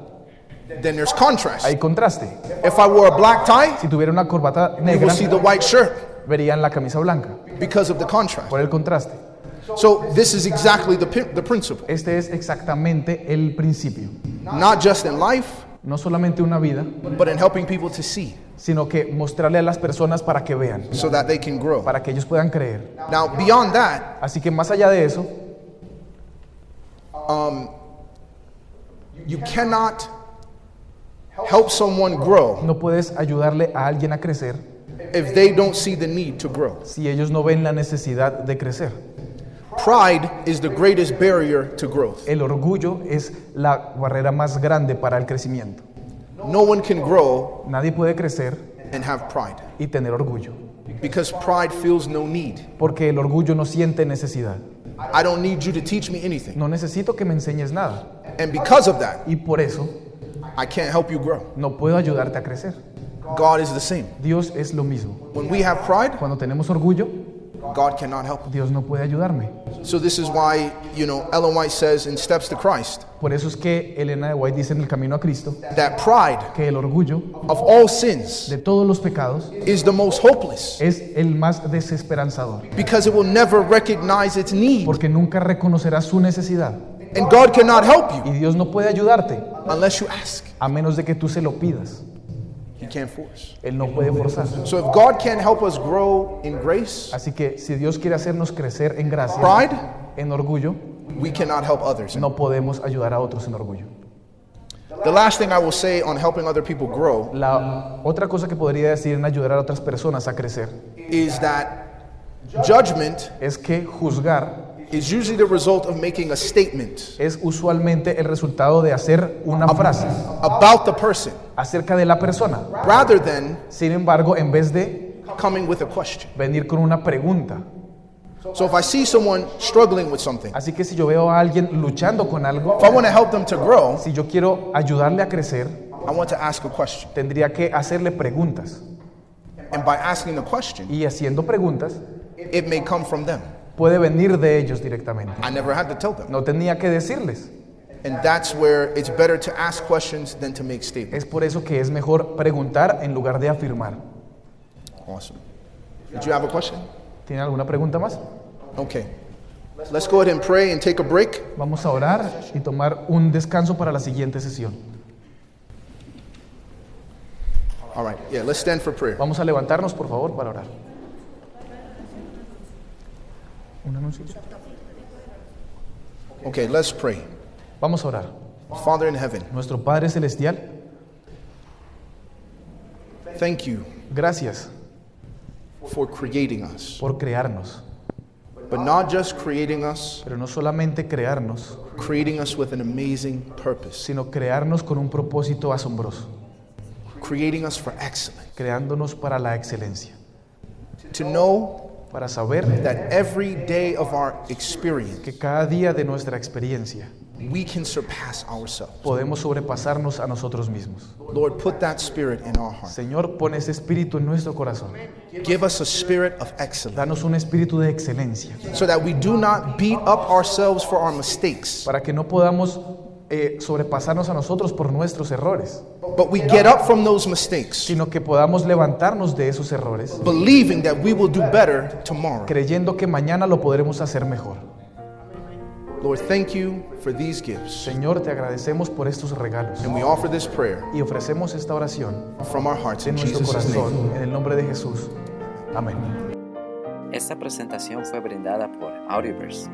S1: Then there's contrast.
S2: Hay contraste.
S1: If I wore a black tie,
S2: Si tuviera una corbata
S1: you will
S2: negra,
S1: see the white shirt
S2: verían la camisa blanca
S1: because of the contrast.
S2: por el contraste.
S1: So this is exactly the, pi- the principle,
S2: Este es exactamente el principio.
S1: not just in life,
S2: No solamente una vida,
S1: but in helping people to see
S2: sino que mostrarle a las personas para que vean,
S1: so that they can grow.
S2: para que ellos puedan creer.
S1: Now, beyond that,
S2: Así que más allá de eso,
S1: you cannot help someone grow
S2: no puedes ayudarle a alguien a crecer
S1: if they don't see the need to grow.
S2: si ellos no ven la necesidad de crecer.
S1: Pride is the greatest barrier to growth.
S2: El orgullo es la barrera más grande para el crecimiento.
S1: No one can grow
S2: Nadie puede crecer
S1: and have pride
S2: y tener orgullo,
S1: because pride feels no need.
S2: porque el orgullo no siente necesidad.
S1: I don't need you to teach me anything.
S2: No necesito que me enseñes nada
S1: And because of that,
S2: y por eso
S1: I can't help you grow.
S2: no puedo ayudarte a crecer.
S1: God is the same.
S2: Dios es lo mismo.
S1: When we have pride,
S2: Cuando tenemos orgullo,
S1: God cannot help.
S2: Dios no puede ayudarme.
S1: So this is why, you know, Ellen White says in Steps to Christ
S2: Por eso es que Elena de White dice en el camino a Cristo
S1: that pride
S2: que el orgullo
S1: of all sins
S2: de todos los pecados
S1: is the most hopeless
S2: es el más desesperanzador,
S1: because it will never recognize its need.
S2: porque nunca reconocerá su necesidad
S1: And God cannot help you
S2: y Dios no puede ayudarte
S1: unless you ask.
S2: a menos de que tú se lo pidas.
S1: He can't force.
S2: Él no puede forzar.
S1: So if God can't help us grow in grace,
S2: Así que si Dios quiere hacernos crecer en gracia,
S1: pride,
S2: en orgullo,
S1: we cannot help others.
S2: no podemos ayudar a otros en orgullo.
S1: The last thing I will say on helping other people grow
S2: La otra cosa que podría decir en ayudar a otras personas a crecer
S1: is that judgment
S2: es que juzgar
S1: is usually the result of making a statement
S2: es usualmente el resultado de hacer una frase
S1: about the person
S2: acerca de la persona.
S1: rather than
S2: Sin embargo, en vez de
S1: coming with a question.
S2: venir con una pregunta.
S1: So if I see someone struggling with something,
S2: Así que si yo veo a alguien luchando con algo,
S1: if I want to help them to grow,
S2: si yo quiero ayudarle a crecer,
S1: I want to ask a question.
S2: tendría que hacerle preguntas.
S1: And by asking the question,
S2: Y haciendo preguntas,
S1: it may come from them.
S2: puede venir de ellos directamente.
S1: I never had to tell them.
S2: No tenía que decirles.
S1: And that's where it's better to ask questions than to make statements.
S2: Es por eso que es mejor preguntar en lugar de afirmar.
S1: Awesome. Did you have a question?
S2: ¿Tiene alguna pregunta más?
S1: Okay. Let's go ahead and pray and take a break.
S2: Vamos a orar y tomar un descanso para la siguiente sesión.
S1: All right. Yeah, let's stand for prayer.
S2: Vamos a levantarnos, por favor, para orar.
S4: Un anuncio.
S1: Okay, let's pray.
S2: Vamos a orar.
S1: Father in heaven,
S2: Nuestro Padre Celestial,
S1: thank you
S2: gracias
S1: for creating us,
S2: por crearnos,
S1: but not just creating us,
S2: pero no solamente crearnos,
S1: creating us with an amazing purpose,
S2: sino crearnos con un propósito asombroso,
S1: creating us for excellence.
S2: creándonos para la excelencia,
S1: To know
S2: para saber
S1: that every day of our experience,
S2: que cada día de nuestra experiencia
S1: we can surpass ourselves.
S2: podemos sobrepasarnos a nosotros mismos.
S1: Lord, put that spirit in our heart.
S2: Señor, pon ese espíritu en nuestro corazón.
S1: Give us a spirit of excellence
S2: Danos un espíritu de excelencia
S1: so that we do not beat up ourselves for our mistakes,
S2: para que no podamos eh, sobrepasarnos a nosotros por nuestros errores,
S1: but we get up from those mistakes
S2: sino que podamos levantarnos de esos errores
S1: believing that we will do better tomorrow.
S2: creyendo que mañana lo podremos hacer mejor.
S1: Lord, thank you for these gifts.
S2: Señor, te agradecemos por estos regalos
S1: And we offer this prayer
S2: y ofrecemos esta oración
S1: from our hearts
S2: en
S1: in
S2: nuestro
S1: Jesus' name.
S2: corazón, en el nombre de Jesús. Amén.
S7: Esta presentación fue brindada por Audioverse,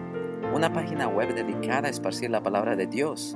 S7: una página web dedicada a esparcir la palabra de Dios